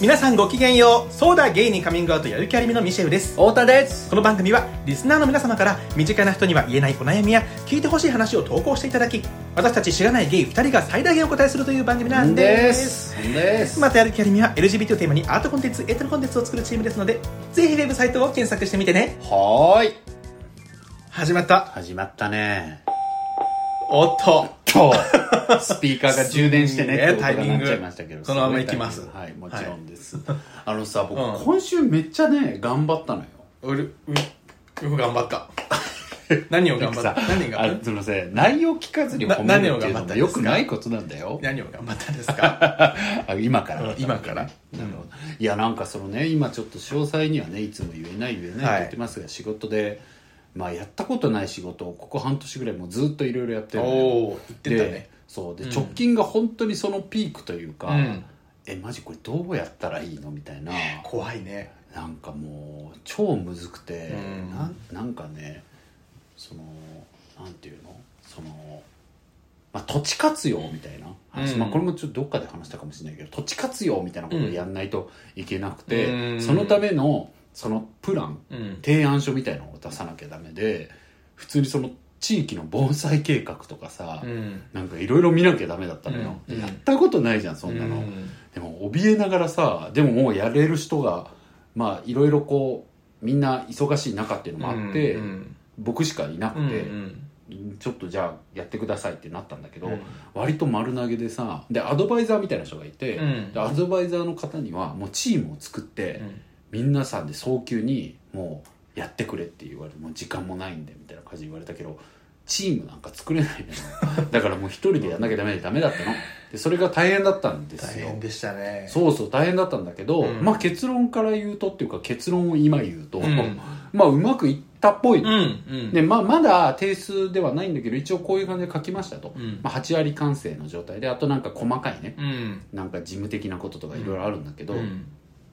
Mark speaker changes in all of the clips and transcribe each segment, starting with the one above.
Speaker 1: 皆さんごきげんようソーダゲイにカミングアウトやる気ありみのミシェウです
Speaker 2: 太田です
Speaker 1: この番組はリスナーの皆様から身近な人には言えないお悩みや聞いてほしい話を投稿していただき私たち知らないゲイ2人が最大限お答えするという番組なんです
Speaker 2: です
Speaker 1: またやる気ありみは LGBT をテーマにアートコンテンツエットのコンテンツを作るチームですのでぜひウェブサイトを検索してみてね
Speaker 2: はーい
Speaker 1: 始まった
Speaker 2: 始まったね
Speaker 1: おっと
Speaker 2: とスピーカーが充電してねってこと
Speaker 1: すげえ
Speaker 2: が
Speaker 1: タイミ
Speaker 2: な
Speaker 1: ング
Speaker 2: っちゃいましたけど
Speaker 1: そのまま行きます
Speaker 2: ごいタイミングはいも
Speaker 1: はい
Speaker 2: ちろんです、あのさ僕、
Speaker 1: うん
Speaker 2: 今週めっちゃね頑張ったのよ
Speaker 1: 俺よく頑張った 何を頑張っ
Speaker 2: な
Speaker 1: た
Speaker 2: んかさ
Speaker 1: 何が
Speaker 2: あのすみません内容聞かずに褒めるっていう
Speaker 1: な何を頑張
Speaker 2: の
Speaker 1: ったんです
Speaker 2: もよ
Speaker 1: か
Speaker 2: くないことなんだよ
Speaker 1: 何を頑張ったんですか
Speaker 2: あ今からだったんだ
Speaker 1: 今から
Speaker 2: なるほどいやなんかそのね今ちょっと詳細にはねいつも言えない言えないって言ってますが仕事でまあやったことない仕事をここ半年ぐらいもうずっといろいろやってるのよ
Speaker 1: おお言ってたね
Speaker 2: でそうで
Speaker 1: うん
Speaker 2: 直近が本当にそのピークというか、
Speaker 1: うん
Speaker 2: えマジこれどうやったらいいのみたいな
Speaker 1: 怖いね
Speaker 2: なんかもう超むずくて、
Speaker 1: うん
Speaker 2: なんなんかねそのなんていうのその、まあ、土地活用みたいな話、
Speaker 1: うん
Speaker 2: まあ、これもちょっとどっかで話したかもしれないけど土地活用みたいなことをやんないといけなくて、
Speaker 1: うん
Speaker 2: そのためのそのプラン
Speaker 1: うん
Speaker 2: 提案書みたいなのを出さなきゃダメで普通にその地域の盆栽計画とかさ、
Speaker 1: うん
Speaker 2: なんかいろいろ見なきゃダメだったのよ、
Speaker 1: うん
Speaker 2: でやったことないじゃんそんなの、でも怯えながらさでももうやれる人がまあいろいろこうみんな忙しい中っていうのもあって、
Speaker 1: うん
Speaker 2: 僕しかいな
Speaker 1: う
Speaker 2: く
Speaker 1: ん
Speaker 2: て、
Speaker 1: うん
Speaker 2: ちょっとじゃあやってくださいってなったんだけど、
Speaker 1: うん
Speaker 2: 割と丸投げでさでアドバイザーみたいな人がいて、
Speaker 1: うん
Speaker 2: でアドバイザーの方にはもうチームを作って、みんなさんで早急にもうやってくれって言われてもう時間もないんでみたいな感じで言われたけどチームなんか作れないのよだからもう一人でやんなきゃダメでダメだったのでそれが大変だったんです
Speaker 1: 大
Speaker 2: よ
Speaker 1: 変でしたね
Speaker 2: そうそう大変だったんだけど、
Speaker 1: うん
Speaker 2: まあ結論から言うとっていうか結論を今言うと、
Speaker 1: うん
Speaker 2: まあうまくいったっぽい、
Speaker 1: うんうん
Speaker 2: でまあ、まだ定数ではないんだけど一応こういう感じで書きましたと、
Speaker 1: うん
Speaker 2: まあ、8割完成の状態であとなんか細かいね
Speaker 1: うん
Speaker 2: なんか事務的なこととかいろいろあるんだけど、
Speaker 1: うん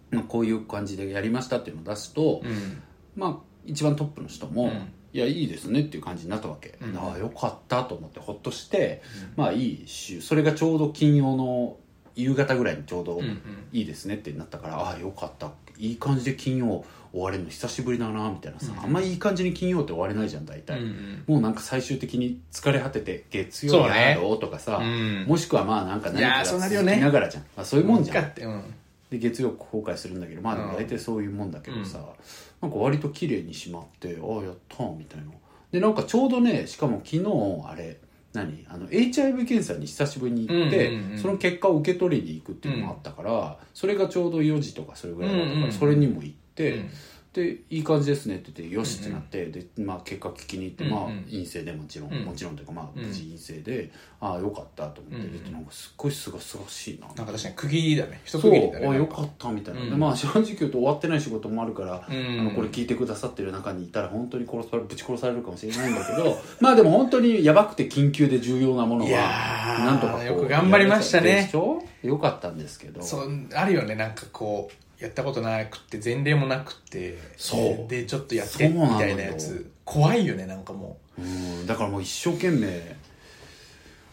Speaker 2: まあ、こういう感じでやりましたっていうのを出すと、
Speaker 1: うん
Speaker 2: まあ一番トップの人も、
Speaker 1: うん
Speaker 2: いやいいですねっていう感じになったわけ、
Speaker 1: うん
Speaker 2: ああよかったと思ってほっとして、まあいい週それがちょうど金曜の夕方ぐらいにちょうど
Speaker 1: うん
Speaker 2: いいですねってなったから、ああよかったいい感じで金曜終われるの久しぶりだなみたいなさ、
Speaker 1: うん
Speaker 2: あんまいい感じに金曜って終われないじゃん大
Speaker 1: うんう
Speaker 2: 体、
Speaker 1: ん
Speaker 2: もうなんか最終的に疲れ果てて月
Speaker 1: そ
Speaker 2: 曜
Speaker 1: うね
Speaker 2: やろうとかさ、
Speaker 1: うん
Speaker 2: もしくはまあなんか何
Speaker 1: いや
Speaker 2: か
Speaker 1: ー
Speaker 2: が
Speaker 1: そうな
Speaker 2: 続
Speaker 1: る
Speaker 2: き
Speaker 1: よね
Speaker 2: ながらじゃん、まあ、そういうもんじゃん
Speaker 1: かってうん
Speaker 2: で月曜公開するんだけどまあでも大体そういうもんだけどさ、なんか割と綺麗にしまってああやったみたいなでなんかちょうどねしかも昨日あれ何あの HIV 検査に久しぶりに行って、
Speaker 1: うんうんうん
Speaker 2: その結果を受け取りに行くっていうのもあったから、それがちょうど4時とかそれぐらいだったから、
Speaker 1: うんうんうん
Speaker 2: それにも行って、
Speaker 1: うん
Speaker 2: でいい感じですねって言ってよしってなって、でまあ、結果聞きに行って、まあ
Speaker 1: うんうん
Speaker 2: 陰性でもちろん、
Speaker 1: うん
Speaker 2: もちろんというかまあ
Speaker 1: うん
Speaker 2: 無事陰性で、ああよかったと思って、
Speaker 1: うんうん
Speaker 2: でなんかすっごいすがすがしいな
Speaker 1: なんか確かに区切りだね
Speaker 2: そ
Speaker 1: 一区
Speaker 2: う
Speaker 1: 切りだね
Speaker 2: あよかったみたいな、
Speaker 1: うん
Speaker 2: でまあ正直言うと終わってない仕事もあるから、
Speaker 1: うん
Speaker 2: あのこれ聞いてくださってる中にいたら本当に殺されぶち殺されるかもしれないんだけど まあでも本当にやばくて緊急で重要なもの
Speaker 1: いや
Speaker 2: は
Speaker 1: ー
Speaker 2: なんとかこう
Speaker 1: よく頑張りましたね
Speaker 2: やれでしょよかったんですけど
Speaker 1: そうあるよねなんかこうやったことなくて前例もなくて
Speaker 2: そう
Speaker 1: でちょっとやってみたいなや
Speaker 2: そうなの
Speaker 1: つ怖いよねなんかも
Speaker 2: うんだからもう一生懸命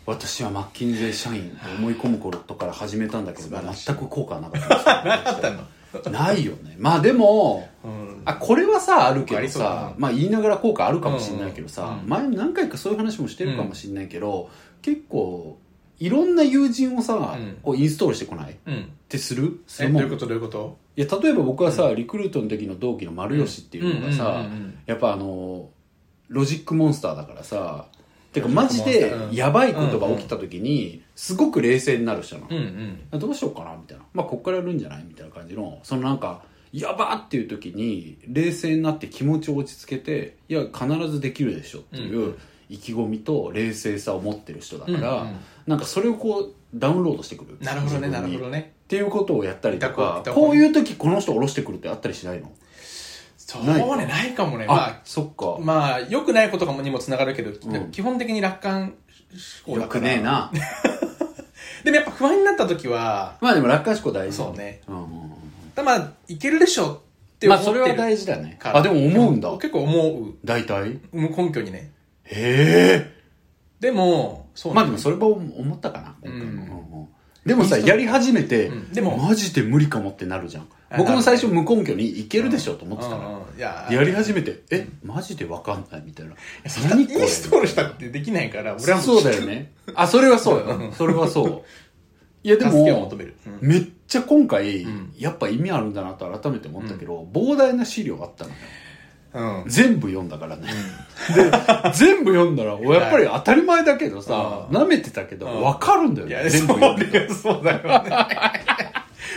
Speaker 2: 私はマッキンゼー社員と思い込む頃とから始めたんだけど
Speaker 1: 素晴らしい
Speaker 2: 全く効果はなかった
Speaker 1: う なかったの
Speaker 2: ですないよねまあでも
Speaker 1: うん
Speaker 2: あこれはさあるけ
Speaker 1: あ
Speaker 2: ど
Speaker 1: りそうだな
Speaker 2: さ、まあ、言いながら効果あるかもしれないけどさ、
Speaker 1: うん
Speaker 2: 前何回かそういう話もしてるかもしれないけど、結構いろんな友人をさ、
Speaker 1: うん
Speaker 2: こうインストールしてこないっ
Speaker 1: うん
Speaker 2: てするす
Speaker 1: え
Speaker 2: る
Speaker 1: ど
Speaker 2: も
Speaker 1: うんいうことどういうこと
Speaker 2: いや例えば僕はさ、リクルートの時の同期の丸吉っていうのがさ、
Speaker 1: うんうんうんうん
Speaker 2: やっぱあのロジックモンスターだからさてか
Speaker 1: ロジックモ
Speaker 2: マ
Speaker 1: ンス
Speaker 2: ジ
Speaker 1: ター
Speaker 2: で
Speaker 1: うん
Speaker 2: やばいことが起きた時にすごく冷静になる人なの
Speaker 1: うんうん
Speaker 2: どうしようかなみたいなまあこっからやるんじゃないみたいな感じのそのなんかやばーっていう時に冷静になって気持ちを落ち着けていや必ずできるでしょって
Speaker 1: うんう
Speaker 2: いうん意気込みと冷静さを持ってる人だから、
Speaker 1: うんうん
Speaker 2: なんかそれをこうダウンロードしてくる
Speaker 1: なるほどね
Speaker 2: 自
Speaker 1: な
Speaker 2: 分
Speaker 1: る
Speaker 2: に
Speaker 1: ほどね
Speaker 2: っていうことをやったりと
Speaker 1: い
Speaker 2: か
Speaker 1: たこいたこ
Speaker 2: こういう時この人下ろしてくるってあったりしないの
Speaker 1: そうねないかもねま
Speaker 2: あそっか
Speaker 1: あまあ良くないことかもにもつながるけど、
Speaker 2: うん
Speaker 1: 基本的に楽観思考だ
Speaker 2: よ
Speaker 1: か
Speaker 2: く
Speaker 1: ら
Speaker 2: ねえな
Speaker 1: でもやっぱ不安になった時は
Speaker 2: まあでも楽観思考大事
Speaker 1: そうね
Speaker 2: うんうんうん
Speaker 1: たまあいけるでしょって
Speaker 2: ま
Speaker 1: 思
Speaker 2: あ
Speaker 1: って
Speaker 2: そ
Speaker 1: る
Speaker 2: れは大事だね
Speaker 1: から
Speaker 2: あでも思うんだ
Speaker 1: 結構思う
Speaker 2: 大体
Speaker 1: 根拠にね
Speaker 2: へえ
Speaker 1: でもそう
Speaker 2: ま
Speaker 1: ね、
Speaker 2: あでもそれも思ったかな、
Speaker 1: うん
Speaker 2: うんうんでもさ
Speaker 1: いい人
Speaker 2: やり始めて、
Speaker 1: うんでも
Speaker 2: マジで無理かもってなるじゃん
Speaker 1: あ
Speaker 2: 僕
Speaker 1: な
Speaker 2: も
Speaker 1: る
Speaker 2: 最初無根拠にいけるでしょと思ってた
Speaker 1: うん
Speaker 2: ら、
Speaker 1: うんうんいや
Speaker 2: やり始めてえマジでわかんないみたいな
Speaker 1: そんなインストールしたってできないから俺はも
Speaker 2: そうだよねあそれはそう
Speaker 1: う
Speaker 2: よそれはそういやで
Speaker 1: 助けを
Speaker 2: も
Speaker 1: 求める、うん
Speaker 2: めっちゃ今回、
Speaker 1: うん
Speaker 2: やっぱ意味あるんだなと改めて思ったけど、膨大な資料あったのよ
Speaker 1: うん
Speaker 2: 全部読んだからね、で全部読んだらやっぱり当たり前だけどさ
Speaker 1: うん
Speaker 2: なめてたけど
Speaker 1: うん
Speaker 2: わかるんだよ
Speaker 1: い
Speaker 2: ね、
Speaker 1: や
Speaker 2: 全部
Speaker 1: そう
Speaker 2: 読んだ
Speaker 1: だよそうだよ ね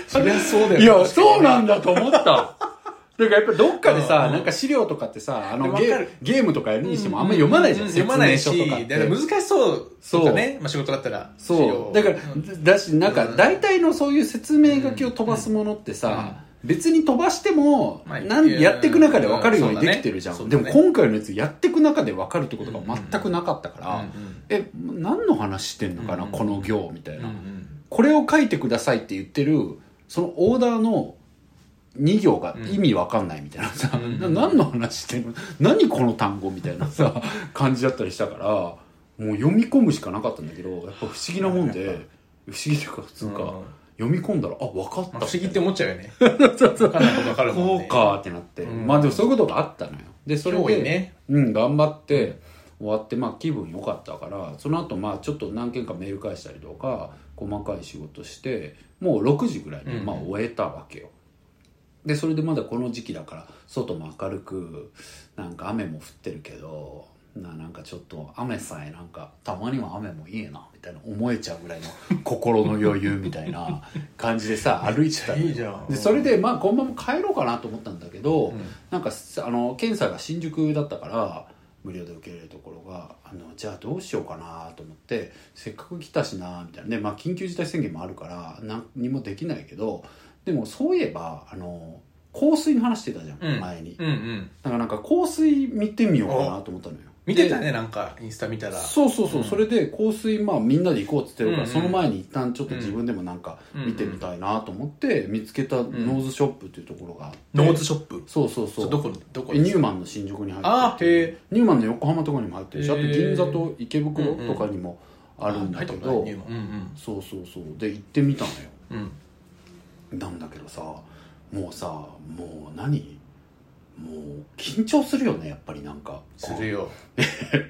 Speaker 1: そりゃそうだよ
Speaker 2: いや、
Speaker 1: 確かに
Speaker 2: そうなんだと思った。だからやっぱどっかで
Speaker 1: うん
Speaker 2: さ
Speaker 1: う、ん
Speaker 2: なんか資料とかってさ、あの
Speaker 1: わか
Speaker 2: ゲ
Speaker 1: る
Speaker 2: ーゲームとかやるにしてもあんま読まないじゃん、
Speaker 1: う
Speaker 2: 説
Speaker 1: 読まな
Speaker 2: 明
Speaker 1: いし
Speaker 2: 書とかっ
Speaker 1: だから
Speaker 2: て。
Speaker 1: 難しそうとかね、まあ、仕事だったら
Speaker 2: そう。だから、だし、なんか
Speaker 1: うん
Speaker 2: 大体のそういう説明書きを飛ばすものってさ、別に飛ばしても、
Speaker 1: まあ
Speaker 2: なん
Speaker 1: うん
Speaker 2: やっていく中で分かるように
Speaker 1: そうだ
Speaker 2: で
Speaker 1: ね
Speaker 2: きてるじゃん。
Speaker 1: そう
Speaker 2: で
Speaker 1: だ
Speaker 2: も
Speaker 1: ね
Speaker 2: 今回のやつやっていく中で分かるってことが全くなかったから、
Speaker 1: うんうん
Speaker 2: え、何の話してんのかな、
Speaker 1: うん
Speaker 2: この行みたいな。
Speaker 1: うん
Speaker 2: これを書いてくださいって言ってるそのオーダーの2行が意味わかんないみたいなさ、
Speaker 1: うん
Speaker 2: な何の話してんの何この単語みたいなさ感じだったりしたからもう読み込むしかなかったんだけどやっぱ不思議なもん
Speaker 1: やっ
Speaker 2: で不思議というか普通
Speaker 1: うん
Speaker 2: か、読み込んだらあ分かっ
Speaker 1: ま
Speaker 2: た
Speaker 1: あ不思議って思っちゃうよね
Speaker 2: そうそう
Speaker 1: 分かんないこと分かるもん
Speaker 2: こ
Speaker 1: ね
Speaker 2: うかってなって、
Speaker 1: うん
Speaker 2: まあでもそういうことがあったのよでそれ
Speaker 1: 脅
Speaker 2: で
Speaker 1: 威ね
Speaker 2: うん、頑張って終わって、まあ、気分良かったからその後まあちょっと何件かメール返したりとか細かい仕事してもう6時ぐらいに、
Speaker 1: うん
Speaker 2: まあ、終えたわけよでそれでまだこの時期だから外も明るくなんか雨も降ってるけどななんかちょっと雨さえなんかたまには雨もいいなみたいな思えちゃうぐ らいの心の余裕みたいな感じでさ歩いてたのよ
Speaker 1: いいじゃん
Speaker 2: でそれでまあこのまま帰ろうかなと思ったんだけど、
Speaker 1: うん
Speaker 2: なんかすあの検査が新宿だったから無料で受け入れるところがあのじゃあどうしようかなと思ってせっかく来たしなみたいなで、まあ、緊急事態宣言もあるから何にもできないけどでもそういえばあの香水の話してたじゃん、
Speaker 1: うん
Speaker 2: 前に
Speaker 1: うんうん
Speaker 2: だからなんか香水見てみようかなと思ったのよ
Speaker 1: 見てた
Speaker 2: で
Speaker 1: ねなんかインスタ見たら
Speaker 2: そうそうそう、
Speaker 1: うん
Speaker 2: それで香水まあみんなで行こうっつってるから、
Speaker 1: うんうん
Speaker 2: その前に一旦ちょっと自分でもなんか見てみたいなと思って見つけたノーズショップっていうところがあって、
Speaker 1: ノーズショップ
Speaker 2: そうそうそう
Speaker 1: どこどこ
Speaker 2: えニューマンの新宿に入ってて
Speaker 1: あーへえ
Speaker 2: ニューマンの横浜とかにも入ってるし、あと
Speaker 1: へえ
Speaker 2: 銀座と池袋とかにもあるんだけど、
Speaker 1: 入ったことない入
Speaker 2: そうそうそうで行ってみたのよ
Speaker 1: 門うん
Speaker 2: なんだけどさもうさもう何もう緊張するよねやっぱりなんか
Speaker 1: す るよ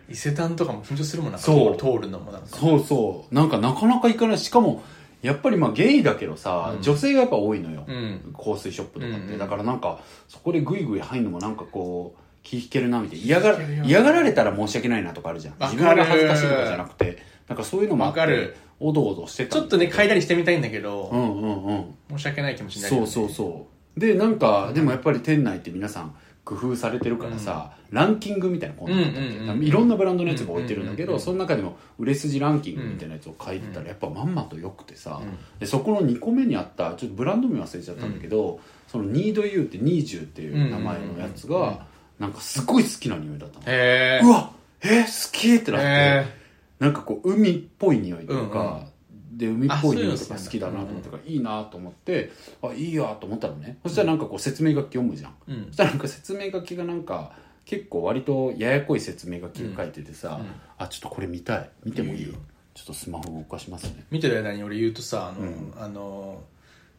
Speaker 1: 伊勢丹とかも緊張するもんなんか
Speaker 2: そう
Speaker 1: 通るのもなんか
Speaker 2: そうそうなんかなかなか行かないしかもやっぱりまあゲイだけどさ、
Speaker 1: うん
Speaker 2: 女性がやっぱ多いのよ、
Speaker 1: うん
Speaker 2: 香水ショップとかって、
Speaker 1: うんうん
Speaker 2: だからなんかそこでグイグイ入るのもなんかこう気引けるなみたいな嫌が
Speaker 1: 気引けるよ
Speaker 2: 嫌がられたら申し訳ないなとかあるじゃん
Speaker 1: わか
Speaker 2: 自
Speaker 1: る
Speaker 2: 分が恥ずかしいとかじゃなくてなんかそういうのもあって
Speaker 1: わかる
Speaker 2: おどおどしてた
Speaker 1: ちょっとね嗅い
Speaker 2: だ
Speaker 1: だりしてみたいんだけど、
Speaker 2: うんうんうん
Speaker 1: 申し訳ない気持ちになるよ
Speaker 2: そ
Speaker 1: ね
Speaker 2: うそうそうでなんか、でもやっぱり店内って皆さん工夫されてるからさ、ランキングみたいなこな
Speaker 1: うんうんうんうん
Speaker 2: いろんなブランドのやつが置いてるんだけど、
Speaker 1: うんうんうんうん
Speaker 2: その中でも売れ筋ランキングみたいなやつを書いてたらやっぱまんまと良くてさ、
Speaker 1: うん
Speaker 2: でそこの2個目にあったちょっとブランド名忘れちゃったんだけど、その NeedU って20っていう名前のやつ
Speaker 1: うんうんうんうん
Speaker 2: がなんかすごい好きな匂いだったの、
Speaker 1: へ
Speaker 2: うわえー、好きってなって、
Speaker 1: え
Speaker 2: なんかこう海っぽい匂いというか、で海っぽい匂いとか
Speaker 1: あ
Speaker 2: 好
Speaker 1: そう
Speaker 2: き
Speaker 1: いう
Speaker 2: だ
Speaker 1: の
Speaker 2: なと思ったから、いいなと思ってあいいやと思ったのねそしたらなんかこう説明書き読むじゃん、
Speaker 1: ーうん
Speaker 2: そしたらなんか説明書きがなんか結構割とややこい説明書きが書いててさ、
Speaker 1: うんうん
Speaker 2: あちょっとこれ見たい見てもいい
Speaker 1: いいよ
Speaker 2: ちょっとスマホ動かしますね
Speaker 1: 見てる間に俺言うとさあの、
Speaker 2: うん
Speaker 1: あの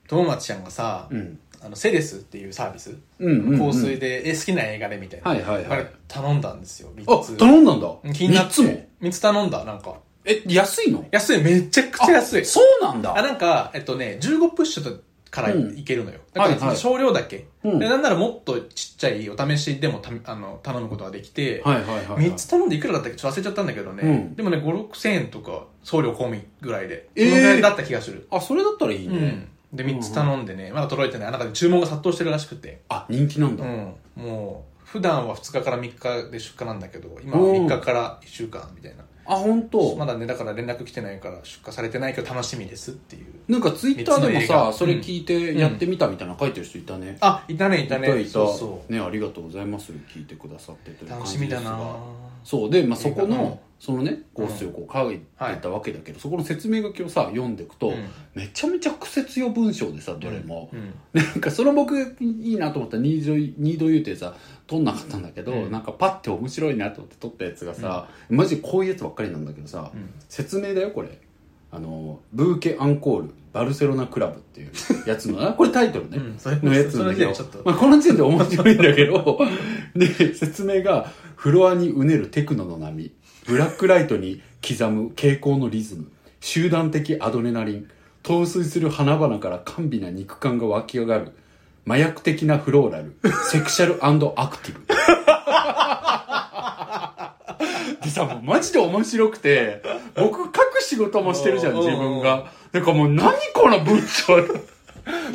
Speaker 1: 友松ちゃんがさ、
Speaker 2: うん
Speaker 1: あのセレスっていうサービス、
Speaker 2: うんうんうん
Speaker 1: 香水でえ好きな映画でみたいな、
Speaker 2: はいはいはい
Speaker 1: あれ頼んだんですよ3
Speaker 2: あ
Speaker 1: つ
Speaker 2: 頼んだんだ
Speaker 1: 気になっ
Speaker 2: 3つも
Speaker 1: て3つ頼んだなんか
Speaker 2: え安いの
Speaker 1: 安いめちゃくちゃ安い
Speaker 2: あそうなんだ
Speaker 1: あなんかえっとね15プッシュから
Speaker 2: うん
Speaker 1: いけるのよ、
Speaker 2: はい
Speaker 1: だから
Speaker 2: はい
Speaker 1: 少量だけ、
Speaker 2: うん
Speaker 1: でなんならもっとちっちゃいお試しでもたあの頼むことができて、
Speaker 2: はいはいはい、はい
Speaker 1: 3つ頼んでいくらだったっけちょっと忘れちゃったんだけどね、
Speaker 2: うん
Speaker 1: でもね56000円とか送料込みぐらいで、
Speaker 2: えー
Speaker 1: そのぐらいだった気がする、
Speaker 2: あそれだったらいいね、
Speaker 1: うん、で3つ頼んでね、まだ届いてないあなんか注文が殺到してるらしくて、
Speaker 2: あ人気なん
Speaker 1: う
Speaker 2: だ、
Speaker 1: ん、もう普段は2日から3日で出荷なんだけど今
Speaker 2: う
Speaker 1: は
Speaker 2: ん
Speaker 1: 3日から1週間みたいな、
Speaker 2: あ本当。
Speaker 1: まだねだから連絡来てないから出荷されてないけど楽しみですっていう
Speaker 2: なんかツイッターでも
Speaker 1: 三つの映
Speaker 2: さ
Speaker 1: 画
Speaker 2: それ聞いてやってみたみたいなの書いてる人いたね、
Speaker 1: あいたねいたね
Speaker 2: いたいた
Speaker 1: そうそう
Speaker 2: ねありがとうございます聞いてくださってという感
Speaker 1: 楽
Speaker 2: じ
Speaker 1: しみだな
Speaker 2: ですがそうで、まあ、そこ
Speaker 1: 映画うん
Speaker 2: のそのねコースをこう書いてたわけだけど、そこの説明書きをさ読んでいくと、
Speaker 1: うん
Speaker 2: めちゃめちゃ苦節用文章でさどれも、
Speaker 1: うん
Speaker 2: なんかその僕いいなと思ったニードニードユーってやつは撮んなかったんだけど、
Speaker 1: うん
Speaker 2: なんかパッて面白いなと思って撮ったやつがさ、マジこういうやつばっかりなんだけどさ、
Speaker 1: うん
Speaker 2: 説明だよこれあのブーケ・アンコールバルセロナ・クラブっていうやつのあこれタイトルね、
Speaker 1: うんそれ
Speaker 2: のやつ
Speaker 1: そ
Speaker 2: なん
Speaker 1: の
Speaker 2: だけ
Speaker 1: 時点でちょっ
Speaker 2: ど
Speaker 1: と、
Speaker 2: まあ、この時点で面白いんだけど で説明がフロアにうねるテクノの波ブラックライトに刻む蛍光のリズム集団的アドレナリン陶酔する花々から甘美な肉感が湧き上がる麻薬的なフローラルセクシャルアクティブでさ、もうマジで面白くて、僕書く仕事もしてるじゃん、
Speaker 1: うん
Speaker 2: 自分が。なんかもう何この文章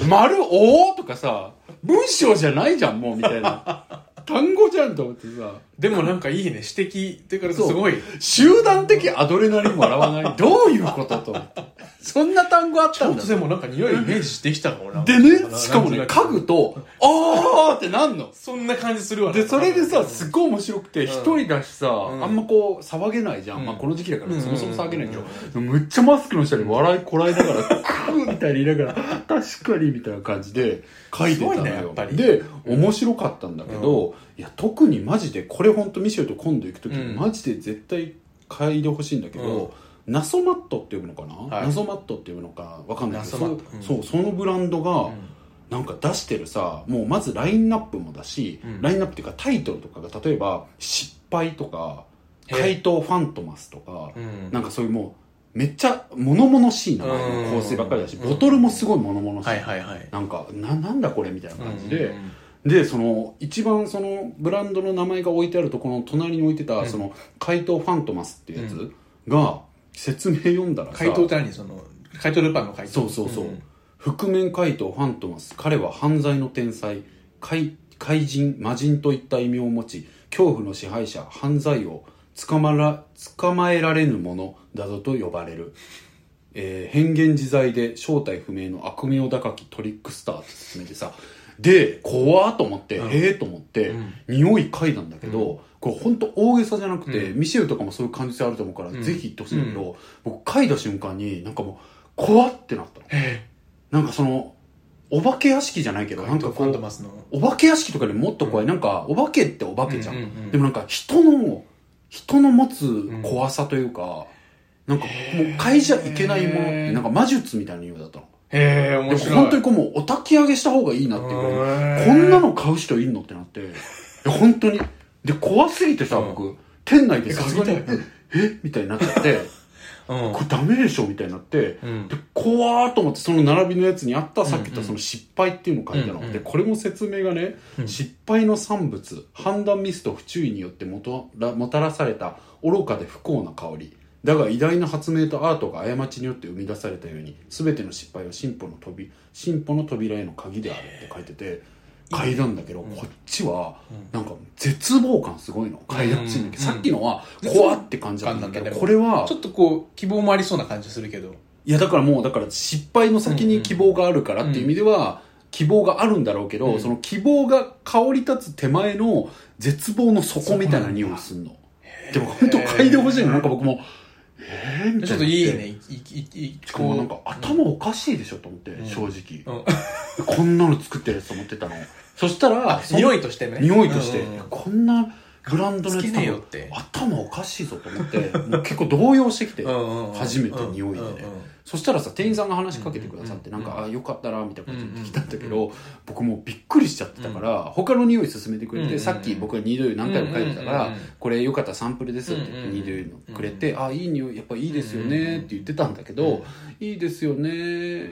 Speaker 2: 丸おーとかさ、文章じゃないじゃん、もうみたいな。単語じゃんと思ってさ、
Speaker 1: でもなんかいいね、指摘。というからす
Speaker 2: そう
Speaker 1: ごい。
Speaker 2: 集団的アドレナリンもらわない。どういうことと思って。そんな単語あっ
Speaker 1: ち
Speaker 2: た
Speaker 1: ょ
Speaker 2: ん
Speaker 1: っ
Speaker 2: だ
Speaker 1: と。でもなんか匂いイメージできたかもな。
Speaker 2: で
Speaker 1: な
Speaker 2: ね、しかもね、
Speaker 1: なんとな
Speaker 2: 家具と、あーってなんの。
Speaker 1: そんな感じするわな
Speaker 2: でそれで
Speaker 1: う
Speaker 2: さ
Speaker 1: ん
Speaker 2: すっごい面白くて
Speaker 1: ん
Speaker 2: 一人だしさ、
Speaker 1: ん
Speaker 2: あんまこう騒げないじゃん、
Speaker 1: うん
Speaker 2: まあ、この時期だから
Speaker 1: うん
Speaker 2: そもそも騒げないけど
Speaker 1: うん、
Speaker 2: でもめっちゃマスクの下に笑いこらえながら クーみたいに言いながら確かにみたいな感じで書いてた
Speaker 1: すご
Speaker 2: の
Speaker 1: いねやっ
Speaker 2: よ、
Speaker 1: ぱり
Speaker 2: で面白かったんだけど、いや特にマジでこれ本当ミシェルと今度行く時、
Speaker 1: うん
Speaker 2: マジで絶対嗅いでほしいんだけど、ナソマットって呼ぶのかな、
Speaker 1: はい
Speaker 2: ナソマットって呼ぶのかわかんないけど
Speaker 1: ナソマット
Speaker 2: そうそうそのブランドが、なんか出してるさもうまずラインナップもだし、
Speaker 1: うん
Speaker 2: ラインナップっていうかタイトルとかが例えば「失敗」とか「
Speaker 1: え
Speaker 2: 怪盗ファントマス」とか、
Speaker 1: うん
Speaker 2: なんかそういうもうめっちゃ物々しい名前の構成ばっかりだし、ボトルもすごい物々しい、
Speaker 1: はいはいはい
Speaker 2: なんかななんだこれみたいな感じで、
Speaker 1: うんうんうん
Speaker 2: でその一番そのブランドの名前が置いてあるところの隣に置いてた、
Speaker 1: うん
Speaker 2: その怪盗ファントマスっていうや
Speaker 1: う
Speaker 2: つが説明読んだらさ
Speaker 1: 怪盗って何その怪盗ルパンの怪盗
Speaker 2: そうそうそう、
Speaker 1: ん
Speaker 2: 覆面怪盗ファントマス彼は犯罪の天才怪怪人魔人といった異名を持ち恐怖の支配者犯罪を捕まら捕まえられぬ者などと呼ばれる、えー変幻自在で正体不明の悪名高きトリックスターって勧めてさで怖ーと思って、
Speaker 1: うん
Speaker 2: ええと思って、
Speaker 1: うん
Speaker 2: 匂い嗅いだんだけど、これ本当大げさじゃなくて、
Speaker 1: う
Speaker 2: ミシェルとかもそういう感じ性あると思うから、
Speaker 1: うん
Speaker 2: ぜひ行ってほしいんだけど、僕嗅いだ瞬間になんかもう怖ってなったの
Speaker 1: え
Speaker 2: なんかその、お化け屋敷じゃないけ
Speaker 1: え
Speaker 2: ど、なんか
Speaker 1: フ
Speaker 2: こ
Speaker 1: ァント
Speaker 2: う、
Speaker 1: マスの
Speaker 2: お化け屋敷とかでもっと怖い。なんか、お化けってお化けじゃ。
Speaker 1: うんうんん
Speaker 2: でもなんか、人の、人の持つ怖さというか、なんか、もう嗅いじゃいけないものっ
Speaker 1: へ
Speaker 2: て、
Speaker 1: ー
Speaker 2: なんか魔術みたいな匂いだったの。
Speaker 1: へえ
Speaker 2: で
Speaker 1: 面
Speaker 2: も
Speaker 1: 白い
Speaker 2: 本当にこう、もう、お焚き上げした方がいいなっていうぐらいこんなの買う人いんのってなって、いや本当に。で、怖すぎてさ、
Speaker 1: うん
Speaker 2: 僕、店内でさすがに
Speaker 1: 嗅ぎたい、
Speaker 2: えみたいになっちゃって、
Speaker 1: の
Speaker 2: これダメでしょみたいになって、
Speaker 1: うん
Speaker 2: で怖ーと思ってその並びのやつにあったさっき言っ
Speaker 1: うんう
Speaker 2: た
Speaker 1: ん
Speaker 2: その失敗っていうのを書いたの、
Speaker 1: うんうん
Speaker 2: でこれも説明がね、
Speaker 1: うん
Speaker 2: 失敗の産物判断ミスと不注意によってもとらもたらされた愚かで不幸な香りだが偉大な発明とアートが過ちによって生み出されたように全ての失敗は進歩の扉進歩の扉への鍵であるって書いてて嗅いだんだけど、
Speaker 1: うん
Speaker 2: こっちは
Speaker 1: うん
Speaker 2: なんか絶望感すごいの嗅いだっちに、
Speaker 1: うん
Speaker 2: さっきのは怖って感じだったんだ
Speaker 1: うん
Speaker 2: け
Speaker 1: 感
Speaker 2: ど
Speaker 1: じ
Speaker 2: これは
Speaker 1: ちょっとこう希望もありそうな感じするけど
Speaker 2: いやだからもうだから失敗の先に希望があるからっていう意味では希望があるんだろうけど、
Speaker 1: うん
Speaker 2: その希望が香り立つ手前の絶望の底みたいな匂いすんのでも本当嗅いでほしいのなんか僕もえー、みたいな
Speaker 1: ちょっといいねいいいいい
Speaker 2: しかもなんか頭おかしいでしょと思って、
Speaker 1: うん
Speaker 2: 正
Speaker 1: う
Speaker 2: 直、
Speaker 1: ん
Speaker 2: こんなの作ってるやつと思ってたのそしたらそん
Speaker 1: 匂いとしてね
Speaker 2: 匂いとして、
Speaker 1: うんうんうん
Speaker 2: こんなブランドのや
Speaker 1: つけ
Speaker 2: つ
Speaker 1: ねえよって
Speaker 2: 頭おかしいぞと思ってもう結構動揺してきて、
Speaker 1: うんうんうん
Speaker 2: 初めて匂いでね
Speaker 1: うんうん
Speaker 2: そしたらさ店員さんが話しかけてくださって、
Speaker 1: うんうん
Speaker 2: なんか「あよかったら」みたいなこと言ってきたんだけ
Speaker 1: うん
Speaker 2: ど、僕もうびっくりしちゃってたから、他の匂い勧めてくれて、
Speaker 1: うんうん
Speaker 2: さっき僕が二度湯何回も書いてたから「
Speaker 1: うんうんうん
Speaker 2: これよかったらサンプルです」って言って
Speaker 1: うんうん
Speaker 2: 二度湯のくれて「あいい匂いやっぱいいですよ
Speaker 1: うんうんうん
Speaker 2: ね」って言ってたんだけど「
Speaker 1: うん
Speaker 2: いいですよね」っ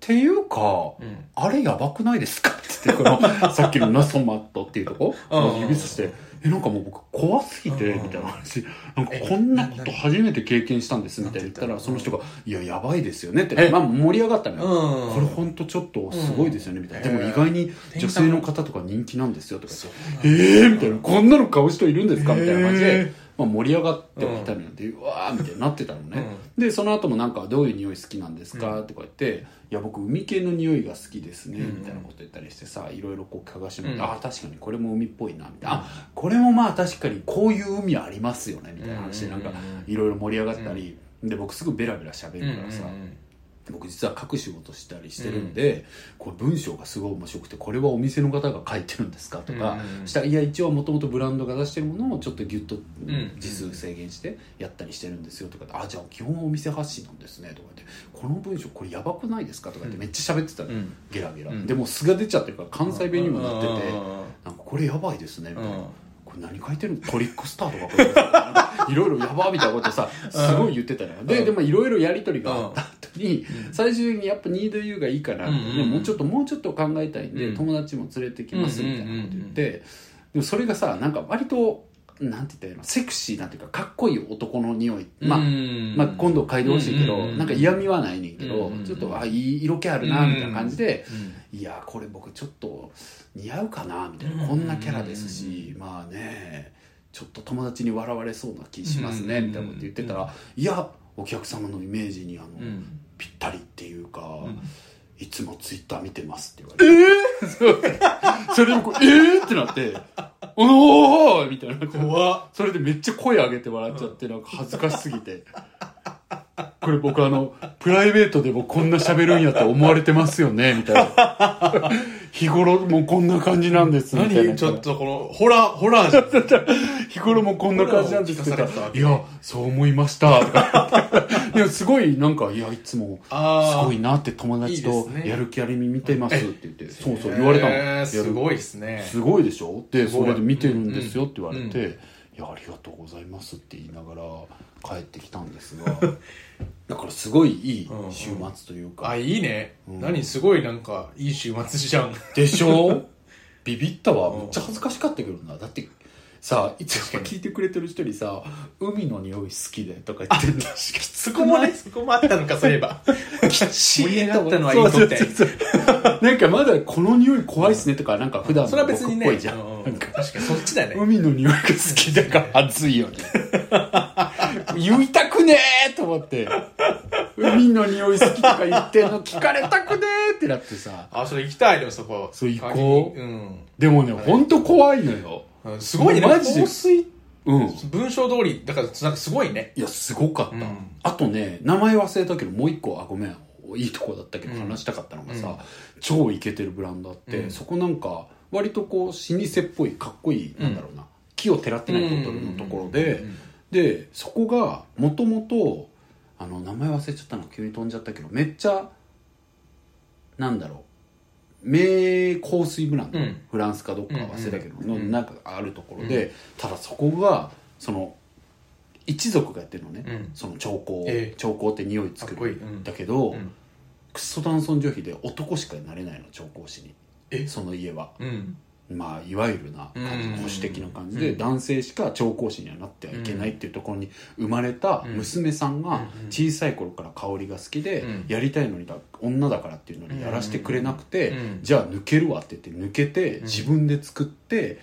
Speaker 2: ていうか。
Speaker 1: うん
Speaker 2: あれやばくないですか って言って、この、さっきのナソマットっていうとこ、
Speaker 1: うん
Speaker 2: 指さして、え、なんかもう僕怖すぎて、
Speaker 1: うん
Speaker 2: みたいな話、なんかこんなこと初めて経験したんです、みたいな言った
Speaker 1: なん
Speaker 2: ら、
Speaker 1: て
Speaker 2: そ
Speaker 1: 言
Speaker 2: の
Speaker 1: った
Speaker 2: 人
Speaker 1: の
Speaker 2: が、いや、やばいですよねっ
Speaker 1: え
Speaker 2: て、まあ盛り上がったのよ。
Speaker 1: うん
Speaker 2: これほんとちょっとすごいですよね、みたいな。
Speaker 1: うん
Speaker 2: でも意外に
Speaker 1: え
Speaker 2: 女性の方とか人気なんですよ、とか
Speaker 1: そう
Speaker 2: 言って、えーみたいな、こんなの買う人いるんですかみたいな感じ
Speaker 1: へ
Speaker 2: で
Speaker 1: ー、
Speaker 2: まあ盛り上がってきたのよ。で、うわーみたいになってたのね。でその後もなんか「どういう匂い好きなんですか?」とか言って「いや僕海系の匂いが好きですね」
Speaker 1: うん
Speaker 2: みたいなこと言ったりしてさいろいろこう嗅がしてもらって
Speaker 1: うん
Speaker 2: ああ確かにこれも海っぽいな」みたいなあ「これもまあ確かにこういう海ありますよね」みたいな話でなんか
Speaker 1: うんうんうんうん
Speaker 2: いろいろ盛り上がったりで僕すぐベラベラ喋るからさ
Speaker 1: うんうんうん
Speaker 2: 僕実は書く仕事したりしてるんで、これ文章がすごい面白くてこれはお店の方が書いてるんですかとか、
Speaker 1: うんうん
Speaker 2: したいや一応もともとブランドが出してるものをちょっとギュッと
Speaker 1: ん
Speaker 2: 字数制限してやったりしてるんですよとかって、あじゃあ基本お店発信なんですねとか言ってこの文章これやばくないですかとか言ってめっちゃ喋ってたの、
Speaker 1: うん
Speaker 2: ゲラゲラ、
Speaker 1: うん
Speaker 2: でも素が出ちゃってるから関西弁にもなってて、なんかこれやばいですねみた
Speaker 1: うん
Speaker 2: い
Speaker 1: うん
Speaker 2: な、
Speaker 1: うん
Speaker 2: これ何書いてるのトリックスターとか書いてるのいろいろやばみたいなことさすごい言ってたのよ
Speaker 1: う
Speaker 2: で
Speaker 1: ん
Speaker 2: でもいろいろやり取りがあった後に最終的にやっぱ「ニードユーがいいから、
Speaker 1: うんうんうん
Speaker 2: ねもうちょっともうちょっと考えたいんで、
Speaker 1: うん
Speaker 2: 友達も連れてきます」みたいなこと言って、でもそれがさなんか割となんて言ったらいいのセクシーなというかかっこいい男の匂い、まあ
Speaker 1: うん
Speaker 2: まあ、今度嗅いでほしいけど、
Speaker 1: うんうんうん
Speaker 2: なんか嫌味はないねんけど、
Speaker 1: うんうんうん
Speaker 2: ちょっとあいい色気あるなみたいな感じで、
Speaker 1: うん
Speaker 2: いやこれ僕ちょっと似合うかなみたい
Speaker 1: うん
Speaker 2: なこんなキャラですしまあねちょっと友達に笑われそうな気しますね
Speaker 1: うん
Speaker 2: みたいなこと言ってたらいやお客様のイメージにあの
Speaker 1: うん
Speaker 2: ぴったりっていうか
Speaker 1: ん
Speaker 2: いつもツイッター見てますって言われ てそれにこうえーってなって「おお!」みたいな
Speaker 1: 怖っ
Speaker 2: それでめっちゃ声上げて笑っちゃってなんか恥ずかしすぎてこれ僕あのプライベートでもこんな喋るんやって思われてますよねみたいな日頃もこんな感じなんですみたいな
Speaker 1: 何ちょっとこのホラーホラーじゃん
Speaker 2: 日頃もこんな感じなんですけ
Speaker 1: ホラ
Speaker 2: ど
Speaker 1: ーを聞かされてたわ
Speaker 2: いやそう思いましたとか言ってでもすごいなんかいやいつもす
Speaker 1: あ
Speaker 2: ごいなって友達
Speaker 1: いいで
Speaker 2: と
Speaker 1: すね
Speaker 2: やる気ありみ見てますって言ってそうそう
Speaker 1: ー
Speaker 2: 言われたの、
Speaker 1: えー
Speaker 2: や
Speaker 1: す
Speaker 2: る
Speaker 1: ごいですね
Speaker 2: すごいでしょです
Speaker 1: ご
Speaker 2: そ
Speaker 1: い
Speaker 2: れで見てるんですよって言われて「
Speaker 1: うん
Speaker 2: いやありがとうございます」って言いながら帰ってきたんですが だからすごいいい週末というか、
Speaker 1: あいいね
Speaker 2: うん
Speaker 1: 何すごいなんかいい週末じ ゃん
Speaker 2: でしょビビった
Speaker 1: う
Speaker 2: わ
Speaker 1: ん
Speaker 2: めっちゃ恥ずかしかったけどなだってさいつも聞いてくれてる人にさ「海の匂い好きで」とか言って んだしきつ
Speaker 1: そこもねそこもあったのかそういえば
Speaker 2: きちい
Speaker 1: 盛り上がったのはいいことだよ
Speaker 2: そうそうそうそう なんかまだこの匂い怖いっすねとかなんか普段
Speaker 1: そ
Speaker 2: の
Speaker 1: れは
Speaker 2: 僕
Speaker 1: 別に
Speaker 2: っ
Speaker 1: ね
Speaker 2: ぽいじゃん
Speaker 1: うんうん確かにそっちだね
Speaker 2: 海の匂いが好きだから暑いよね言いたくねえと思って海の匂い好きとか言ってんの聞かれたくねえってなってさ
Speaker 1: あそれ行きたいでもそこ
Speaker 2: そう行こう
Speaker 1: うん
Speaker 2: でもねほんと怖いのよ
Speaker 1: うんすごいね
Speaker 2: マジで
Speaker 1: 香水
Speaker 2: うん
Speaker 1: 文章通りだからなんかすごいね
Speaker 2: いやすごかった、
Speaker 1: うん
Speaker 2: あとね名前忘れたけどもう一個あごめんいいとこだったけど
Speaker 1: うん
Speaker 2: 話したかったのが
Speaker 1: うん
Speaker 2: さ、超イケてるブランドあって、
Speaker 1: うん
Speaker 2: そこなんか割とこう老舗っぽいかっこいい、なんだろうな木をてらってないボトルのところで、
Speaker 1: うん
Speaker 2: でそこがもともとあの名前忘れちゃったの急に飛んじゃったけどめっちゃなんだろう名香水ブランド、
Speaker 1: うん
Speaker 2: フランスかどっか忘れたけど、
Speaker 1: うん
Speaker 2: の
Speaker 1: うん
Speaker 2: なんかあるところで、ただそこがその一族がやってるのね、
Speaker 1: うん
Speaker 2: その調香、
Speaker 1: ええ
Speaker 2: 調香って匂い作
Speaker 1: かっこいい
Speaker 2: る
Speaker 1: うん
Speaker 2: だけど、
Speaker 1: うん
Speaker 2: クソ男尊女卑で男しかなれないの調香師に
Speaker 1: え
Speaker 2: その家は
Speaker 1: うん
Speaker 2: まあ、いわゆるな感じ
Speaker 1: うん
Speaker 2: 保守的な感じ
Speaker 1: う
Speaker 2: で
Speaker 1: ん
Speaker 2: 男性しか調香師にはなってはいけないっていうところに生まれた
Speaker 1: うん
Speaker 2: 娘さんが
Speaker 1: うん
Speaker 2: 小さい頃から香りが好きで
Speaker 1: うん
Speaker 2: やりたいのにだ女だからっていうのにやらせてくれなくて
Speaker 1: うん
Speaker 2: じゃあ抜けるわって言って抜けて
Speaker 1: ん
Speaker 2: 自分で作って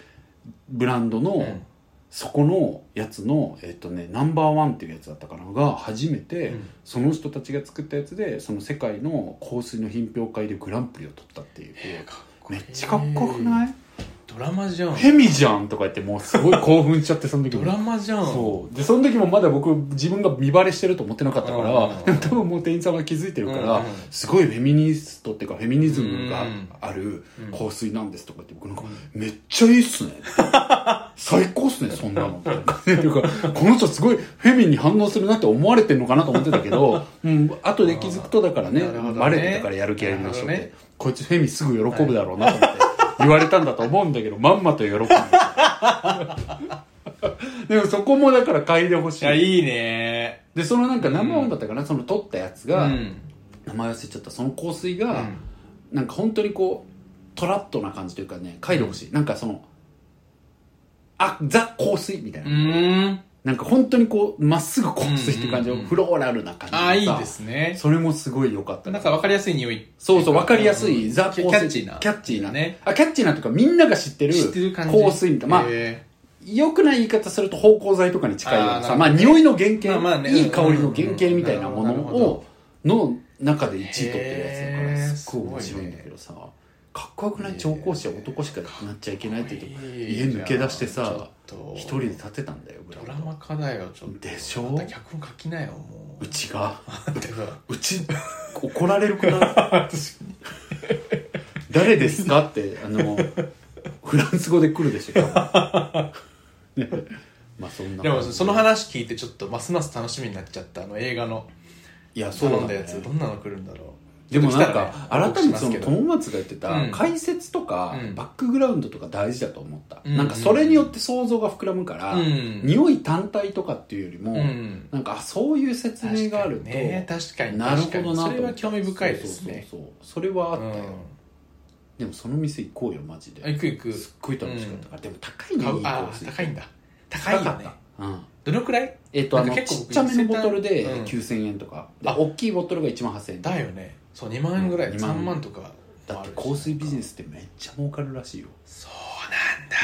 Speaker 2: ブランド
Speaker 1: う
Speaker 2: の
Speaker 1: ん
Speaker 2: そこのやつのえっとねナンバーワンっていうやつだったかなが初めて
Speaker 1: うん
Speaker 2: その人たちが作ったやつでその世界の香水の品評会でグランプリを取ったっていう
Speaker 1: えーかっこい
Speaker 2: め
Speaker 1: い
Speaker 2: っちゃかっこよくない
Speaker 1: ドラマじゃん
Speaker 2: ヘミじゃんとか言ってもうすごい興奮しちゃってその時
Speaker 1: ドラマじゃん
Speaker 2: そうでその時もまだ僕自分が見バレしてると思ってなかったか
Speaker 1: うんうんうん
Speaker 2: らで も多分もう店員さんが気づいてるから、
Speaker 1: うんうん
Speaker 2: すごいフェミニストっていうかフェミニズムがある
Speaker 1: うん
Speaker 2: 香水なんですとか言って僕なんか「めっちゃいいっす ね」最高っすねそんなの」みたいな感じでいうかこの人すごいフェミに反応するなって思われてるのかなと思ってたけ ど、うん、後で気づくとだからね
Speaker 1: なるほどね
Speaker 2: バレてたからやる気やりましょうって、
Speaker 1: なるほどね
Speaker 2: こいつフェミすぐ喜ぶだろうなと思って言われたんだと思うんだけどまんまと喜 ぶでもそこもだから嗅いでほし
Speaker 1: いや
Speaker 2: い
Speaker 1: いいね
Speaker 2: でそのなんか生音だったかな、その取ったやつが、
Speaker 1: うん
Speaker 2: 名前忘れちゃったその香水
Speaker 1: う
Speaker 2: が、
Speaker 1: ん
Speaker 2: なんか本当にこうトラッとな感じというかね嗅いでほしい、なんかそのあザ香水みたいな、
Speaker 1: うん
Speaker 2: なんか本当にこうまっすぐ香水って感じの、
Speaker 1: うんうんうん
Speaker 2: フローラルな感じ
Speaker 1: ああい
Speaker 2: さ
Speaker 1: いですね
Speaker 2: それもすごい良かった
Speaker 1: なんか分かりやすい匂い
Speaker 2: そうそう、わかりやすい、
Speaker 1: うん
Speaker 2: ザ・
Speaker 1: キャ
Speaker 2: 香水
Speaker 1: キャッチーな
Speaker 2: キャッチーな。
Speaker 1: ね
Speaker 2: ね。あ、キャッチーなというか、みんなが知ってる
Speaker 1: 知ってる感じ
Speaker 2: 香水みたいな。まあ、
Speaker 1: え
Speaker 2: 良くない言い方すると芳香剤とかに近いよう
Speaker 1: あー
Speaker 2: な
Speaker 1: なる
Speaker 2: さ、
Speaker 1: ほど
Speaker 2: まあ、匂いの原型、
Speaker 1: まあまあね
Speaker 2: いい香りの原型みたいなもの
Speaker 1: うんうんうんなるほ
Speaker 2: を、の中で1位取ってるやつだ
Speaker 1: へ
Speaker 2: か
Speaker 1: ー
Speaker 2: ら、すっごい面白いんだけどさ、かっこよくな
Speaker 1: へ
Speaker 2: い
Speaker 1: ー
Speaker 2: 調香師は男しかなっちゃいけないって言って、
Speaker 1: ー
Speaker 2: 家抜け出して
Speaker 1: いいじ
Speaker 2: さ
Speaker 1: ゃんちょっと
Speaker 2: 一人で立てたんだよ、ブラ
Speaker 1: ド
Speaker 2: ン
Speaker 1: ラ
Speaker 2: ド
Speaker 1: マ化だよちょっと
Speaker 2: でしょ
Speaker 1: また脚本書きなよもう
Speaker 2: うちが、
Speaker 1: だから
Speaker 2: うち、怒られるくない誰ですかってあのフランス語で来るでしょ多分ねまあそんな
Speaker 1: でも
Speaker 2: 感じ
Speaker 1: その話聞いてちょっとますます楽しみになっちゃったあの映画の
Speaker 2: いやそう
Speaker 1: 頼
Speaker 2: なんん
Speaker 1: だ
Speaker 2: だ
Speaker 1: や
Speaker 2: よ
Speaker 1: つどんなの来るんだろう
Speaker 2: でもなん
Speaker 1: ちょ
Speaker 2: か
Speaker 1: っと来たらね
Speaker 2: 改めて
Speaker 1: 報
Speaker 2: その
Speaker 1: 告しますけど
Speaker 2: 友松が言って
Speaker 1: うん
Speaker 2: た解説とか
Speaker 1: うん
Speaker 2: バックグラウンドとか大事だと思った
Speaker 1: うん
Speaker 2: なんかそれによって想像が膨らむから
Speaker 1: うん
Speaker 2: 匂い単体とかっていうよりも
Speaker 1: うん
Speaker 2: なんかあそういう説明があると
Speaker 1: 確かにね
Speaker 2: なる
Speaker 1: 確か
Speaker 2: ほどなと
Speaker 1: に
Speaker 2: 思
Speaker 1: そ
Speaker 2: って
Speaker 1: れは興味深いですね
Speaker 2: そうそうそうそれはあったよ
Speaker 1: う
Speaker 2: でもその店行こうよマジで
Speaker 1: ん行く行く
Speaker 2: すっごい楽しかったから、でも高いね
Speaker 1: 買う
Speaker 2: いいコ
Speaker 1: あ
Speaker 2: ース
Speaker 1: ー高いんだ高いよね
Speaker 2: うん、
Speaker 1: どのくらい
Speaker 2: えっとあ
Speaker 1: な
Speaker 2: の
Speaker 1: ん
Speaker 2: ち
Speaker 1: か
Speaker 2: っ
Speaker 1: 結構僕
Speaker 2: ちゃめのボトルで
Speaker 1: うん
Speaker 2: 9000円とか、で
Speaker 1: あ
Speaker 2: 大きいボトルが1万8000円だ
Speaker 1: だよねそう2万円ぐらい、
Speaker 2: うん
Speaker 1: 3万とか
Speaker 2: って香水ビジネ
Speaker 1: ス
Speaker 2: スってめっちゃ儲かるらしいよ、
Speaker 1: そうなんだ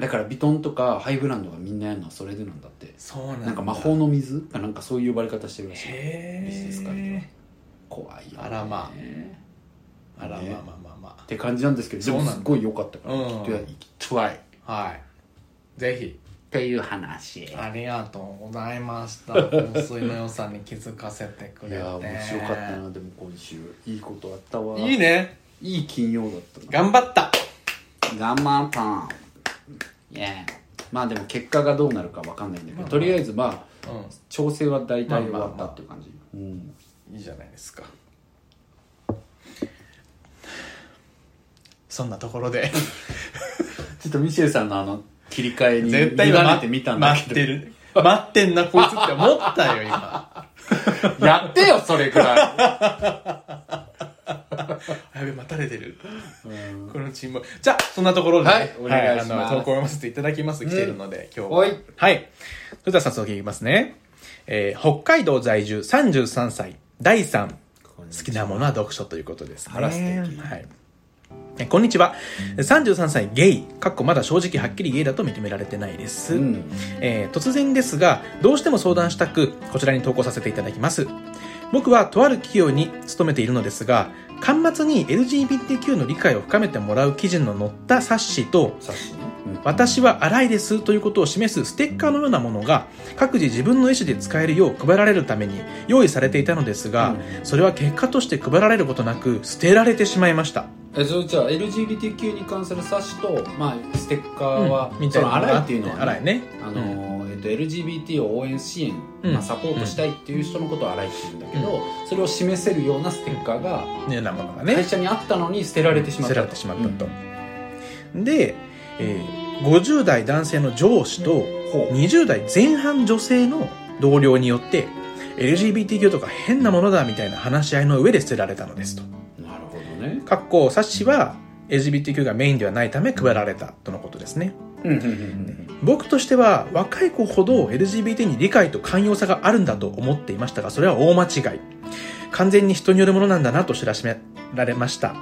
Speaker 2: だからヴィトンとかハイブランドがみんなやるのはそれでなんだって
Speaker 1: そうなんだ
Speaker 2: なんか魔法の水かなんかそういう呼ばれ方してるらしい
Speaker 1: へ
Speaker 2: ビジネス界では
Speaker 1: え
Speaker 2: 怖いよ、ね、
Speaker 1: あらま
Speaker 2: あ
Speaker 1: あらまあ
Speaker 2: ね
Speaker 1: まあまあま
Speaker 2: って感じなんですけどでも
Speaker 1: そうなん
Speaker 2: す
Speaker 1: だ
Speaker 2: っごい良かったから、
Speaker 1: うん
Speaker 2: 行きたい行きたいっ
Speaker 1: あはいぜひ
Speaker 2: ていう話
Speaker 1: ありがとうござい ました香水の良さに気づかせてくれ
Speaker 2: い
Speaker 1: て
Speaker 2: やー面白かったなでも今週いいことあったわ
Speaker 1: いいね
Speaker 2: いい金曜だったな
Speaker 1: 頑張った
Speaker 2: ガンマンパンイエーイまあでも結果がどうなるかわかんないんだけど、
Speaker 1: まあまあ
Speaker 2: とりあえずまあ
Speaker 1: う
Speaker 2: 調整は大体終わったっていう感じ、うん
Speaker 1: んいいじゃないですかそんなとこ ろで
Speaker 2: ちょっとミシェルさんのあの切り替えに
Speaker 1: 絶対今
Speaker 2: 委ね
Speaker 1: 待
Speaker 2: てみたんだけど
Speaker 1: ってる待ってんなこいつって思ったよ今
Speaker 2: やってよそれくらい
Speaker 1: やべ待たれてるこのチームじゃあそんなところで、
Speaker 2: はいお願いします
Speaker 1: あの投稿を読ませていただきます来ているので、今日は
Speaker 2: はい
Speaker 1: はいそれでは早速いきますね、えー北海道在住33歳第3
Speaker 2: こんにちは
Speaker 1: 好きなものは読書ということです
Speaker 2: あら素敵
Speaker 1: はいえこんにちは33歳ゲイかっこまだ正直はっきりゲイだと認められてないです、
Speaker 2: うん
Speaker 1: えー突然ですがどうしても相談したくこちらに投稿させていただきます僕はとある企業に勤めているのですが端末に LGBTQ の理解を深めてもらう記事の載った冊子と
Speaker 2: さっしね、うん
Speaker 1: 私は荒いですということを示すステッカーのようなものが各自自分の意思で使えるよう配られるために用意されていたのですが、
Speaker 2: うん
Speaker 1: それは結果として配られることなく捨てられてしまいました
Speaker 2: えそれじゃあ LGBTQ に関する冊子と、まあ、ステッカーは、
Speaker 1: うんみた
Speaker 2: そ
Speaker 1: いな
Speaker 2: の
Speaker 1: のがあ
Speaker 2: 荒い
Speaker 1: っ
Speaker 2: って
Speaker 1: て
Speaker 2: いうのは、ね、
Speaker 1: 荒いね
Speaker 2: あのーえっと、LGBT を応援支援、
Speaker 1: うん
Speaker 2: まあ、サポートしたいっていう人のことを荒いっていうんだけど、それを示せるようなステッカーが
Speaker 1: ねようなものがね
Speaker 2: 会社にあったのに捨てられてしまった
Speaker 1: 捨てられてしまったと、で、えー50代男性の上司と
Speaker 2: うんほう
Speaker 1: 20代前半女性の同僚によって LGBTQ とか変なものだみたいな話し合いの上で捨てられたのですと。
Speaker 2: なるほどね
Speaker 1: かっこ冊子は LGBTQ がメインではないため配られたとのことですね。
Speaker 2: うんうんうん
Speaker 1: 僕としては若い子ほど LGBT に理解と寛容さがあるんだと思っていましたが、それは大間違い。完全に人によるものなんだなと知らしめられました。
Speaker 2: そう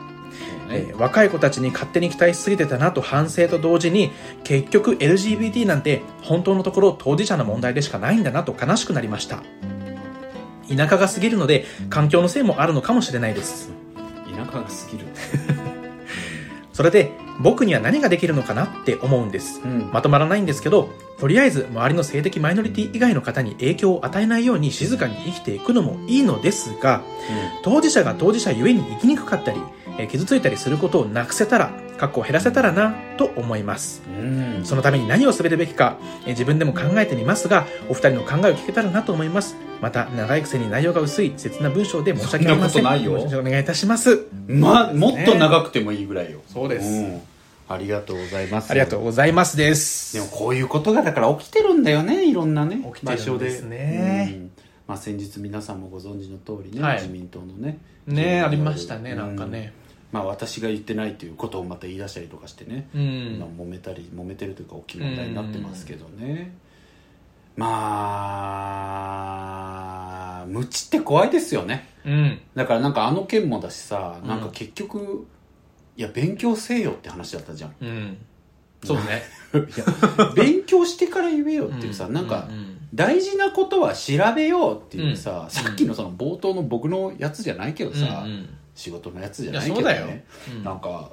Speaker 1: え
Speaker 2: ね
Speaker 1: ー若い子たちに勝手に期待しすぎてたなと反省と同時に結局 LGBT なんて本当のところ当事者の問題でしかないんだなと悲しくなりました田舎が過ぎるので環境のせいもあるのかもしれないです
Speaker 2: 田舎がすぎる、
Speaker 1: それで僕には何ができるのかなって思うんです
Speaker 2: うん
Speaker 1: まとまらないんですけどとりあえず周りの性的マイノリティ以外の方に影響を与えないように静かに生きていくのもいいのですが当事者が当事者ゆえに生きにくかったりえー傷ついたりすることをなくせたら過去を減らせたらなと思います
Speaker 2: うん
Speaker 1: そのために何をすべるべきか、えー自分でも考えてみますが、お二人の考えを聞けたらなと思います。また、長いくせに内容が薄い、切な文章で申し訳ありま
Speaker 2: そ
Speaker 1: せん。
Speaker 2: んなことないよ
Speaker 1: ご清聴お願いいたします。
Speaker 2: まあもっと長くてもいいぐらいよ
Speaker 1: そうです
Speaker 2: んありがとうございます
Speaker 1: ありがとうございますです。
Speaker 2: でもこういうことがだから起きてるんだよねいろんなね
Speaker 1: 起きてるんで
Speaker 2: 事
Speaker 1: すね
Speaker 2: 象でうんまあ、先日皆さんもご存知の通りね、
Speaker 1: はい
Speaker 2: 自民党のね
Speaker 1: ねありましたね、なんか、
Speaker 2: うん
Speaker 1: ね。
Speaker 2: まあ、私が言ってないということをまた言い出したりとかしてね、
Speaker 1: う
Speaker 2: 今
Speaker 1: ん。
Speaker 2: 揉めたり揉めてるというか大きい問題になってますけどね、まあ無知って怖いですよね
Speaker 1: うん。
Speaker 2: だからなんかあの件もだしさなんか
Speaker 1: うん
Speaker 2: 結局、いや勉強せえよって話だったじ ゃん
Speaker 1: うん。そうね。
Speaker 2: いや勉強してから言えよ っていうさ、なんか、
Speaker 1: ううん
Speaker 2: 大事なことは調べようっていうさ、さっきのその冒頭の僕のやつじゃないけどさ、
Speaker 1: うん
Speaker 2: 仕事のやつじ
Speaker 1: う
Speaker 2: ゃ
Speaker 1: ん
Speaker 2: な
Speaker 1: いや、
Speaker 2: いけ
Speaker 1: そ
Speaker 2: ど
Speaker 1: うだよ
Speaker 2: ね、。
Speaker 1: うん
Speaker 2: なんか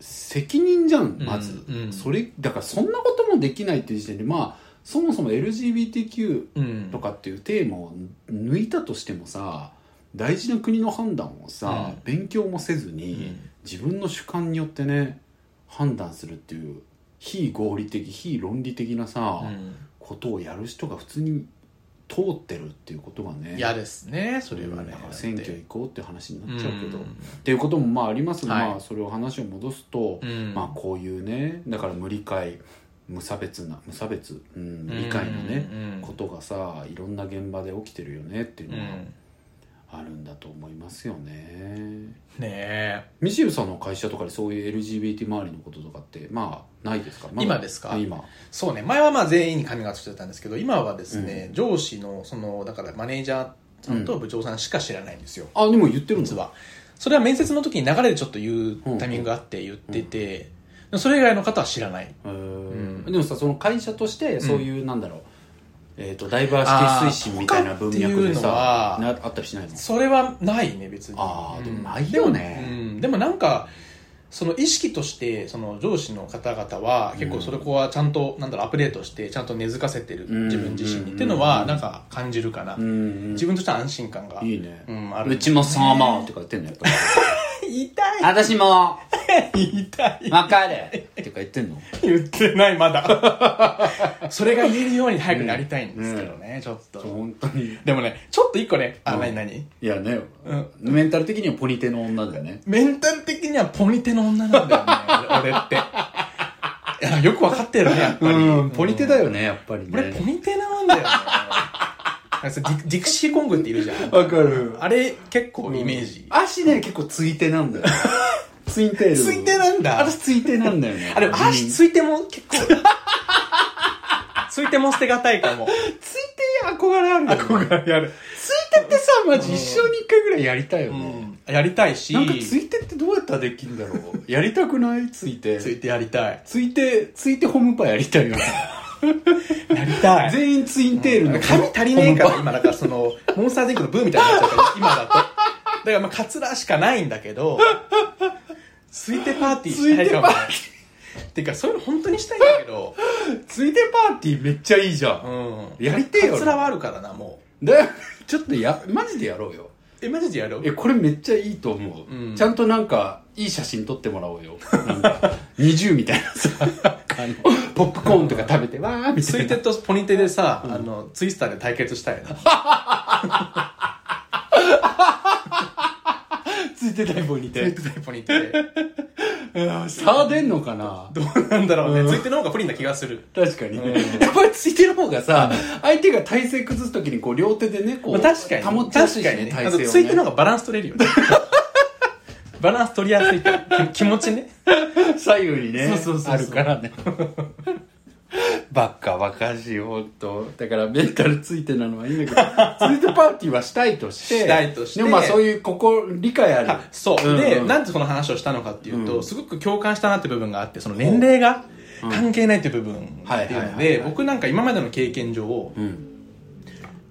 Speaker 2: 責任じゃんまず、
Speaker 1: うんうん
Speaker 2: それだからそんなこともできないっていう時点でまあそもそも LGBTQ
Speaker 1: うん
Speaker 2: とかっていうテーマを抜いたとしてもさ大事な国の判断をさ、
Speaker 1: うん
Speaker 2: 勉強もせず
Speaker 1: う
Speaker 2: に、
Speaker 1: ん
Speaker 2: 自分の主観によってね判断するっていう非合理的非論理的なさ、ことをやる人が普通に通ってるっていうことがね
Speaker 1: 嫌ですねそれ
Speaker 2: う
Speaker 1: は
Speaker 2: ん
Speaker 1: ね
Speaker 2: だから選挙行こうって話になっちゃうけど、
Speaker 1: う
Speaker 2: っ
Speaker 1: ん
Speaker 2: ていうこともまあありますが、
Speaker 1: はい
Speaker 2: まあ、それを話を戻すと、
Speaker 1: うん
Speaker 2: まあこういうねだから無理解無差別な無差別、うん、理解のね、
Speaker 1: うん
Speaker 2: ことがさいろんな現場で起きてるよねっていう
Speaker 1: う
Speaker 2: の
Speaker 1: ん
Speaker 2: が
Speaker 1: ね
Speaker 2: あるんだと思いますよね。
Speaker 1: え
Speaker 2: ミシェルさんの会社とかでそういう LGBT 周りのこととかってまあないですか、まだ
Speaker 1: 今ですか
Speaker 2: 今
Speaker 1: そうね前はまあ全員に髪がついてたんですけど今はですね、上司のそのだからマネージャーさんと部長さんしか知らないんですよ、
Speaker 2: あでも言ってるんです
Speaker 1: 実はそれは面接の時に流れでちょっと言うタイミングがあって言ってて、でもそれ以外の方は知らない
Speaker 2: へー
Speaker 1: うん
Speaker 2: でもさその会社としてそういう、なんだろう、えー、とダイバーシティ推進みたいな文脈
Speaker 1: あーとかってい
Speaker 2: で
Speaker 1: うの
Speaker 2: さ
Speaker 1: は
Speaker 2: なあったりしないの
Speaker 1: それはないね別に
Speaker 2: あー
Speaker 1: うん
Speaker 2: でもないよね
Speaker 1: でも,、うん、でもなんかその意識としてその上司の方々は結構それこはちゃんとなんだろうアップデートしてちゃんと根付かせてる、
Speaker 2: うん
Speaker 1: 自分自身に、
Speaker 2: うん
Speaker 1: っていうのはなんか感じるかな、
Speaker 2: うんうん
Speaker 1: 自分としては安心感が、
Speaker 2: いいね、
Speaker 1: うんあ
Speaker 2: う
Speaker 1: る
Speaker 2: ちもそう思うとか言ってんのやっぱり
Speaker 1: 痛い
Speaker 2: 私も
Speaker 1: 痛 い
Speaker 2: わか るとか言ってんの
Speaker 1: 言ってないまだ それが言えるように早くなりたいんですけどね、ちょっと
Speaker 2: 本当に
Speaker 1: でもねちょっと一個ねあ、
Speaker 2: うん
Speaker 1: なになに
Speaker 2: いやね、
Speaker 1: うん
Speaker 2: メンタル的にはポニテの女だよね
Speaker 1: メンタル的にはポニテの女なんだよね俺俺って いやよくわかってるねやっぱり、
Speaker 2: うんポニテだよねやっぱり
Speaker 1: 俺ポ
Speaker 2: ね
Speaker 1: ニテなんだよねあそうディディクシーコングっているじゃん
Speaker 2: わかる
Speaker 1: あれ結構イメージ、
Speaker 2: 足ね結構ついてなんだよついてる
Speaker 1: ついてなんだ
Speaker 2: 私ついてなんだよね
Speaker 1: あれ足
Speaker 2: つ
Speaker 1: ついても結 構ついても捨てがたいかも
Speaker 2: ついて憧れあるよね
Speaker 1: 憧れある
Speaker 2: ついてってさマジ一生に一回ぐらいやりたいよ
Speaker 1: う
Speaker 2: ね、
Speaker 1: んやりたいし
Speaker 2: なんかついてってどうやったらできるんだろうやりたくないついて
Speaker 1: ついてやりたい
Speaker 2: ついてついてホームパイやりたいよね
Speaker 1: やりたい
Speaker 2: 全員ツインテールの
Speaker 1: 髪足りねえか
Speaker 2: ホー
Speaker 1: ら
Speaker 2: ム
Speaker 1: 今だからそのモンスターズインクのブーみたいになっちゃったから今だとだからまあカツラしかないんだけどついてパーティーしたいかも
Speaker 2: ついてパー
Speaker 1: ねっていうかそういうの本当にしたいんだけど
Speaker 2: パイついてパーティーめっちゃいいじゃん、
Speaker 1: うん
Speaker 2: やりてえよ
Speaker 1: カツラはあるからなも
Speaker 2: だよちょっとやマジでやろうよ
Speaker 1: うえマジでやろう
Speaker 2: えこれめっちゃいいと思う、
Speaker 1: うん
Speaker 2: ちゃんとなんかいい写真撮ってもらおうよなんか 20みたいなさなんかあのポップコーンとか食べてわーみ
Speaker 1: つ
Speaker 2: たい
Speaker 1: い
Speaker 2: な
Speaker 1: てとポニテでさ、あのツイスターで対決し たいな
Speaker 2: ついてたい棒に
Speaker 1: ついてとポニテで
Speaker 2: さあ出んのかな
Speaker 1: どうなんだろうね、
Speaker 2: うん
Speaker 1: ついての方が不利な気がする
Speaker 2: 確かにね、
Speaker 1: うん
Speaker 2: やっぱりついてる方がさ、相手が体勢崩す時にこう両手でねこう、
Speaker 1: まあ、確かに
Speaker 2: 保ちやすいし
Speaker 1: 確か
Speaker 2: ね
Speaker 1: に
Speaker 2: 体勢
Speaker 1: あと
Speaker 2: を、ね、
Speaker 1: ついての方がバランス取れるよねバランス取りやすいからき気持ちね
Speaker 2: 左右にね
Speaker 1: そうそうそうそう
Speaker 2: あるから ねばっかばかしい本当だからメンタルついてなのはいいんだけどついてパーティーはしたいとして
Speaker 1: したいとして
Speaker 2: でもまあそういうここ理解ある
Speaker 1: あそう、
Speaker 2: んん
Speaker 1: でなんでこの話をしたのかっていうと、
Speaker 2: うん
Speaker 1: すごく共感したなって部分があってその年齢が関係ないっていう部分っていうの
Speaker 2: はいはいはい
Speaker 1: で
Speaker 2: はい
Speaker 1: 僕なんか今までの経験上
Speaker 2: うん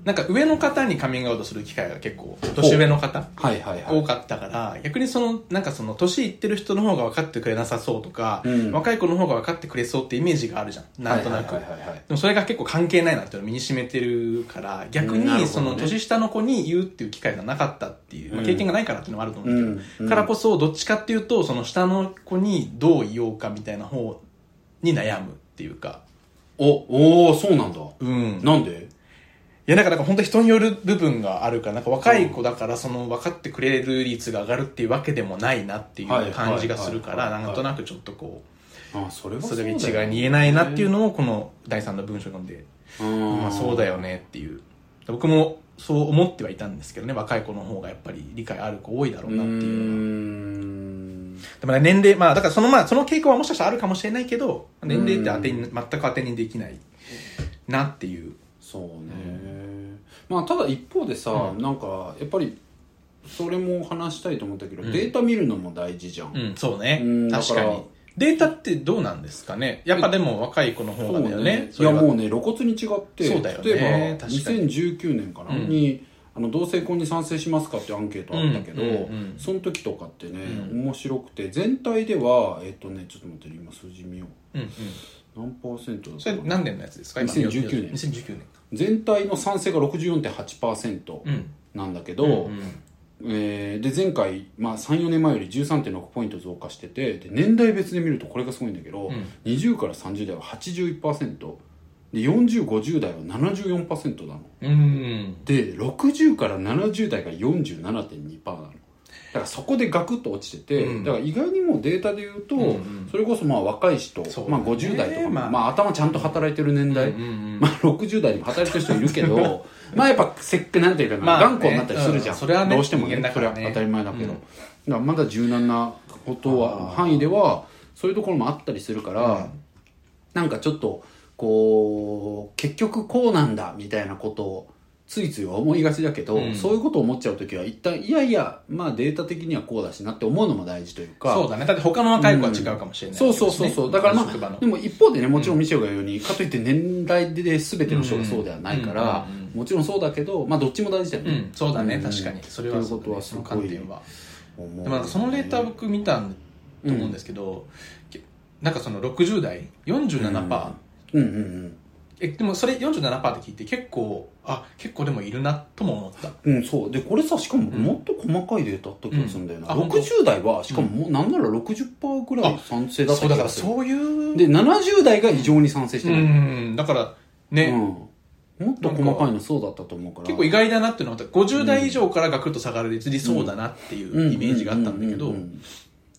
Speaker 1: なんか上の方にカミングアウトする機会が結構年上の方
Speaker 2: はいはいはい
Speaker 1: 多かったから逆にそのなんかその年いってる人の方が分かってくれなさそうとか、
Speaker 2: うん
Speaker 1: 若い子の方が分かってくれそうってイメージがあるじゃんなんとなく、
Speaker 2: はいはいはいはい
Speaker 1: でもそれが結構関係ないなっていうのを身にしめてるから逆
Speaker 2: うんなる
Speaker 1: に
Speaker 2: ほ
Speaker 1: そ
Speaker 2: どね
Speaker 1: の年下の子に言うっていう機会がなかったっていう、ま
Speaker 2: う
Speaker 1: あ、
Speaker 2: ん
Speaker 1: 経験がないからっていうのもあると思うんだけ
Speaker 2: う
Speaker 1: ど、
Speaker 2: ん
Speaker 1: からこそどっちかっていうとその下の子にどう言おうかみたいな方に悩むっていうか
Speaker 2: おおーそうなんだ
Speaker 1: うんい
Speaker 2: なんで
Speaker 1: やなんかなんか本当人による部分があるからなんか若い子だからその分かってくれる率が上がるっていうわけでもないなってい
Speaker 2: はいう
Speaker 1: 感じがするか
Speaker 2: はい
Speaker 1: ら
Speaker 2: はいはい
Speaker 1: なんとなくちょっとこ
Speaker 2: あそれは
Speaker 1: う
Speaker 2: そ
Speaker 1: そう
Speaker 2: だ
Speaker 1: れ
Speaker 2: よ
Speaker 1: が
Speaker 2: ね
Speaker 1: 一概に言えないなっていうのをこの第3の文章読んで
Speaker 2: うん
Speaker 1: まあ、そうだよねっていう僕もそう思ってはいたんですけどね若い子の方がやっぱり理解ある子多いだろうなっていうのは
Speaker 2: う
Speaker 1: でもね年齢まあだからそのまあその傾向はもしかしたらあるかもしれないけど年齢って当てに全く当てにできないなっていう
Speaker 2: そうね、まあただ一方でさ、
Speaker 1: う
Speaker 2: なんかやっぱりそれも話したいと思ったけど、
Speaker 1: うん
Speaker 2: データ見るのも大事じゃん、
Speaker 1: うんそうね
Speaker 2: うん
Speaker 1: 確か
Speaker 2: だから
Speaker 1: にデータってどうなんですかねやっぱでも若い子の方
Speaker 2: そ
Speaker 1: が
Speaker 2: う
Speaker 1: だよね
Speaker 2: いや
Speaker 1: れは
Speaker 2: もうね露骨に違って
Speaker 1: そうだよね
Speaker 2: 例えば
Speaker 1: 確かに
Speaker 2: 2019年かな、
Speaker 1: うん
Speaker 2: にあの同性婚に賛成しますかってアンケートあったけど、
Speaker 1: うんうんうん
Speaker 2: その時とかってね、
Speaker 1: うん
Speaker 2: 面白くて全体ではえっとねちょっと待って今数字見よ
Speaker 1: うんうん
Speaker 2: う何パーセントだ
Speaker 1: それ
Speaker 2: ったかな
Speaker 1: 何年のやつですか今
Speaker 2: 2019年
Speaker 1: 2019年
Speaker 2: 全体の賛成が64.8%
Speaker 1: うん
Speaker 2: なんだけど、
Speaker 1: ん
Speaker 2: えーで前回、まあ、34年前より13.6ポイント増加しててで年代別で見るとこれがすごいんだけど、
Speaker 1: うん
Speaker 2: 20から30代は81%で4050代は74%なの
Speaker 1: うん
Speaker 2: で60から70代が47.2%なのだからそこでガクッと落ちてて、
Speaker 1: うん
Speaker 2: だから意外にもうデータで言うと、
Speaker 1: うんうん
Speaker 2: それこそまあ若い人、
Speaker 1: そう
Speaker 2: ま
Speaker 1: だ
Speaker 2: あ、
Speaker 1: ね
Speaker 2: 50代とかも、
Speaker 1: ま
Speaker 2: ま
Speaker 1: あ
Speaker 2: あ頭ちゃんと働いてる年代、
Speaker 1: うんうん
Speaker 2: まあ、60代でも働いてる人いるけ どまあやっぱせっかなんていうかな、
Speaker 1: まあね
Speaker 2: 頑固になったりするじゃん、
Speaker 1: うんそれはね
Speaker 2: どうしてもね
Speaker 1: 人間だ
Speaker 2: そ
Speaker 1: か
Speaker 2: れ
Speaker 1: ら
Speaker 2: は
Speaker 1: ね
Speaker 2: 当たり前だけど、
Speaker 1: うん
Speaker 2: だからまだ柔軟なことは
Speaker 1: あー
Speaker 2: 範囲ではそういうところもあったりするから、
Speaker 1: うん
Speaker 2: なんかちょっとこう結局こうなんだみたいなことをついつい思いがちだけど、
Speaker 1: うん
Speaker 2: そういうことを思っちゃう時は一旦いやいやまあデータ的にはこうだしなって思うのも大事というか
Speaker 1: そうだねだって他の若い子は違うかもしれない
Speaker 2: そうそうそうそうだからま
Speaker 1: 職場の
Speaker 2: あでも一方でねもちろんミシェルが言うように、かといって年代で全ての人がそうではないから、
Speaker 1: うんうんうん
Speaker 2: もちろんそうだけどまあどっちも大事だよ
Speaker 1: う
Speaker 2: ね、
Speaker 1: んそうだね
Speaker 2: ん
Speaker 1: 確かにそれは
Speaker 2: という
Speaker 1: そ
Speaker 2: こ
Speaker 1: うだ
Speaker 2: と
Speaker 1: ね
Speaker 2: はす
Speaker 1: そ
Speaker 2: ご
Speaker 1: の
Speaker 2: い
Speaker 1: 観点は
Speaker 2: 思う
Speaker 1: でもなんかそのデータ僕見たと思うんですけど、けなんかその60代47%、ー
Speaker 2: うんうんうん
Speaker 1: えでもそれ47%って聞いて結構あ結構でもいるなとも思った
Speaker 2: うん、そうでこれさしかも
Speaker 1: うん
Speaker 2: もっと細かいデータあった気がするんだよな、
Speaker 1: うんあ
Speaker 2: 60代はしかももうなんなら60%ぐらい賛成だった
Speaker 1: そ
Speaker 2: 気
Speaker 1: うだから
Speaker 2: がする
Speaker 1: そういう
Speaker 2: で70代が異常に賛成して
Speaker 1: う
Speaker 2: ない、
Speaker 1: んだからね、
Speaker 2: うんもっと細かいのそうだったと思うから
Speaker 1: 結構意外だなっていうのが50代以上からガクッと下がる率にそうだなっていうイメージがあったんだけ
Speaker 2: うん
Speaker 1: ど
Speaker 2: うんうんうん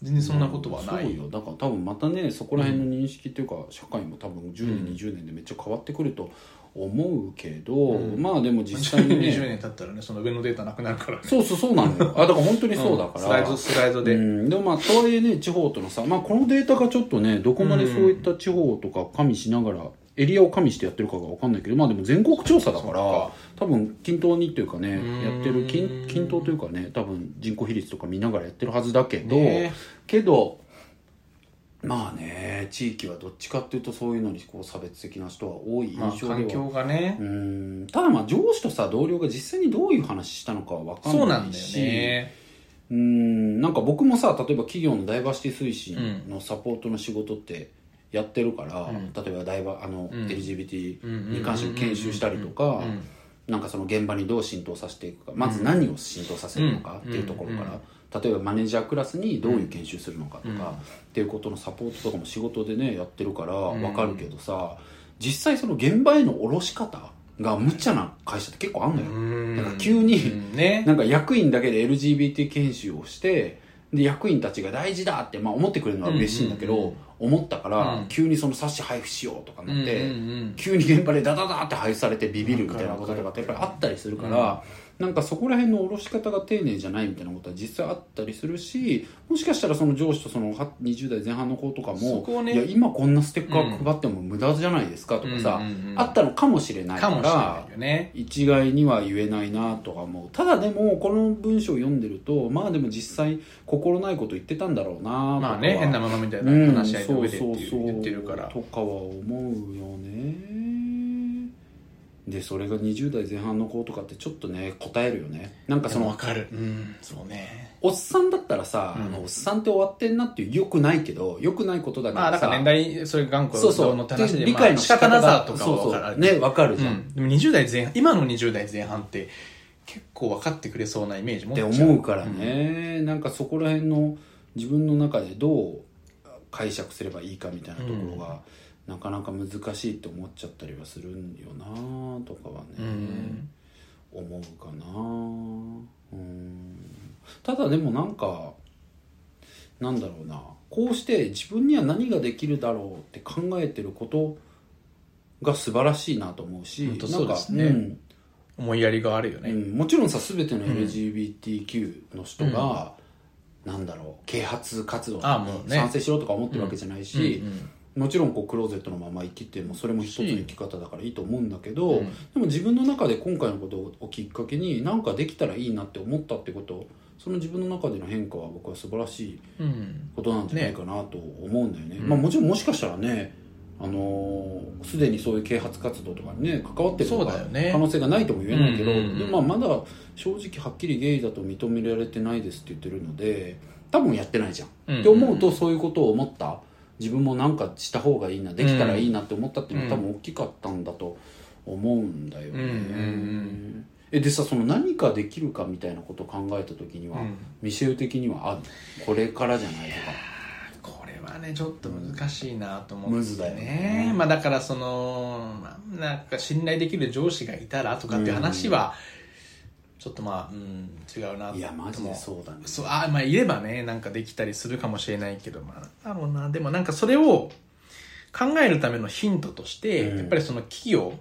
Speaker 1: 全然そんなことはない、
Speaker 2: そうよだから多分またねそこら辺の認識っていうか、社会も多分10年20年でめっちゃ変わってくると思うけど、
Speaker 1: うん
Speaker 2: まあでも実際
Speaker 1: 10
Speaker 2: に
Speaker 1: 年
Speaker 2: ね
Speaker 1: 20年経ったらねその上のデータなくなるから
Speaker 2: そうそうそうなのよあだから本当にそうだか
Speaker 1: スラ
Speaker 2: ら、
Speaker 1: イドスライドで、
Speaker 2: うん、でもまあとはいえね地方とのさ、まあ、このデータがちょっとねどこまでそういった地方とか加味しながら、エリアを加味してやってるかが分かんないけどまあでも全国調査だから
Speaker 1: そ
Speaker 2: 多分均等にっていうかね
Speaker 1: ん
Speaker 2: やってる均均等というかね多分人口比率とか見ながらやってるはずだけど、
Speaker 1: ね
Speaker 2: けどまあね地域はどっちかっていうとそういうのにこう差別的な人は多い印
Speaker 1: まあ、
Speaker 2: 象では、
Speaker 1: 環境がね、
Speaker 2: うんただまあ上司とさ同僚が実際にどういう話したのかは分かんないし
Speaker 1: そうなんだよね
Speaker 2: うーんなんか僕もさ例えば企業のダイバーシティ推進のサポートの仕事ってやってるから、
Speaker 1: ん
Speaker 2: 例えばダイバーあの、
Speaker 1: うん
Speaker 2: LGBT に関して研修したりと
Speaker 1: う
Speaker 2: か
Speaker 1: ん
Speaker 2: なんかその現場にどう浸透させていくかまず何を浸透させるのか
Speaker 1: う
Speaker 2: っ
Speaker 1: ん
Speaker 2: ていうところか
Speaker 1: うん
Speaker 2: ら例えばマネージャークラスにどういう研修するのかと
Speaker 1: うん
Speaker 2: かっていうことのサポートとかも仕事でねやってるから
Speaker 1: ん
Speaker 2: わかるけどさ実際その現場への下ろし方が無茶な会社って結構あんのよ。
Speaker 1: うん
Speaker 2: なんか急に
Speaker 1: うんね
Speaker 2: なんか役員だけで LGBT 研修をしてで役員たちが大事だって、まあ、思ってくれるのは嬉しいんだけど、
Speaker 1: うんうんうん
Speaker 2: 思ったから、
Speaker 1: うん
Speaker 2: 急にその冊子配布しようとかなって、
Speaker 1: うんうんうん
Speaker 2: 急に現場でダダダって配布されてビビるみたいなこととかってやっぱりあったりするから、なんかそこら辺の下ろし方が丁寧じゃないみたいなことは実際あったりするしもしかしたらその上司とそのは20代前半の子とか
Speaker 1: そこを
Speaker 2: も、
Speaker 1: ね
Speaker 2: いや今こんなステッカー配っても無駄じゃないですかとかさ、
Speaker 1: うんうんうん
Speaker 2: あったのかもしれない
Speaker 1: か
Speaker 2: か
Speaker 1: もしれ
Speaker 2: ら
Speaker 1: ないよね
Speaker 2: 一概には言えないなとか思うただでもこの文章を読んでるとまあでも実際心ないこと言ってたんだろうなとか
Speaker 1: まあね変なままみたいな
Speaker 2: うん
Speaker 1: 話し合いの上でって
Speaker 2: そ
Speaker 1: いう
Speaker 2: うそうそう
Speaker 1: 言ってるから
Speaker 2: とかは思うよねでそれが20代前半の子とかってちょっとね答えるよねなんかそ
Speaker 1: でも
Speaker 2: の
Speaker 1: わかるうんそうね
Speaker 2: おっさんだったらさ、
Speaker 1: うん
Speaker 2: あのおっさんって終わってんなっていうよくないけどよくないことだけど
Speaker 1: ま
Speaker 2: さ
Speaker 1: あだから年代それ頑固
Speaker 2: そうそう
Speaker 1: のって話
Speaker 2: って
Speaker 1: で
Speaker 2: 理解の
Speaker 1: 仕方な
Speaker 2: が
Speaker 1: さとかはわか
Speaker 2: そう
Speaker 1: る
Speaker 2: そうねわかる
Speaker 1: う
Speaker 2: じゃん、
Speaker 1: んでも20代前半今の20代前半って結構分かってくれそうなイメージも
Speaker 2: って思うからね、なんかそこら辺の自分の中でどう解釈すればいいかみたいなところが、なかなか難しいって思っちゃったりはするんよなとかはね、
Speaker 1: うん
Speaker 2: 思うかなうんただでもなんかなんだろうなこうして自分には何ができるだろうって考えてることが素晴らしいなと思うし、
Speaker 1: 本当
Speaker 2: な
Speaker 1: そ
Speaker 2: ん
Speaker 1: うで
Speaker 2: か
Speaker 1: すね
Speaker 2: うん
Speaker 1: 思いやりがあるよね
Speaker 2: うん、もちろんさ全ての LGBTQ の人が、なんだろう啓発活動に
Speaker 1: ああもうね
Speaker 2: 賛成しろとか思ってるわけじゃないし、
Speaker 1: うん
Speaker 2: もちろんこうクローゼットのまま生きてもそれも一つの生き方だからいいと思うんだけど、
Speaker 1: うん
Speaker 2: でも自分の中で今回のことをきっかけになんかできたらいいなって思ったってことその自分の中での変化は僕は素晴らしい
Speaker 1: うんうん
Speaker 2: ことなんじゃないかなと思うんだよね
Speaker 1: うん
Speaker 2: まあ、もちろんもしかしたらねあのーすでにそういう啓発活動とかにね関わってる
Speaker 1: そ
Speaker 2: と
Speaker 1: う
Speaker 2: か
Speaker 1: だよね
Speaker 2: 可能性がないとも言えないけど、
Speaker 1: うんうんうん
Speaker 2: でもまあまだ正直はっきりゲイだと認められてないですって言ってるので多分やってないじゃん、
Speaker 1: うん
Speaker 2: って思うとそういうことを思った自分もなんかした方がいいなできたらいいなって思ったっていうのは多分大きかったんだと思うんだよね、
Speaker 1: うんうんうん
Speaker 2: えでさその何かできるかみたいなことを考えた時には、
Speaker 1: うん
Speaker 2: ミシェル的にはあるのこれからじゃないとか
Speaker 1: これはねちょっと難しいなと思って、ね
Speaker 2: むずだよね
Speaker 1: まあ、だからその、まあなんか信頼できる上司がいたらとかっていう話は、ちょっとまあ、うん、違うなと
Speaker 2: いやマジでそうだね
Speaker 1: そうあまあいればねなんかできたりするかもしれないけどまあなんだろうなでもなんかそれを考えるためのヒントとして、
Speaker 2: うん
Speaker 1: やっぱりその企業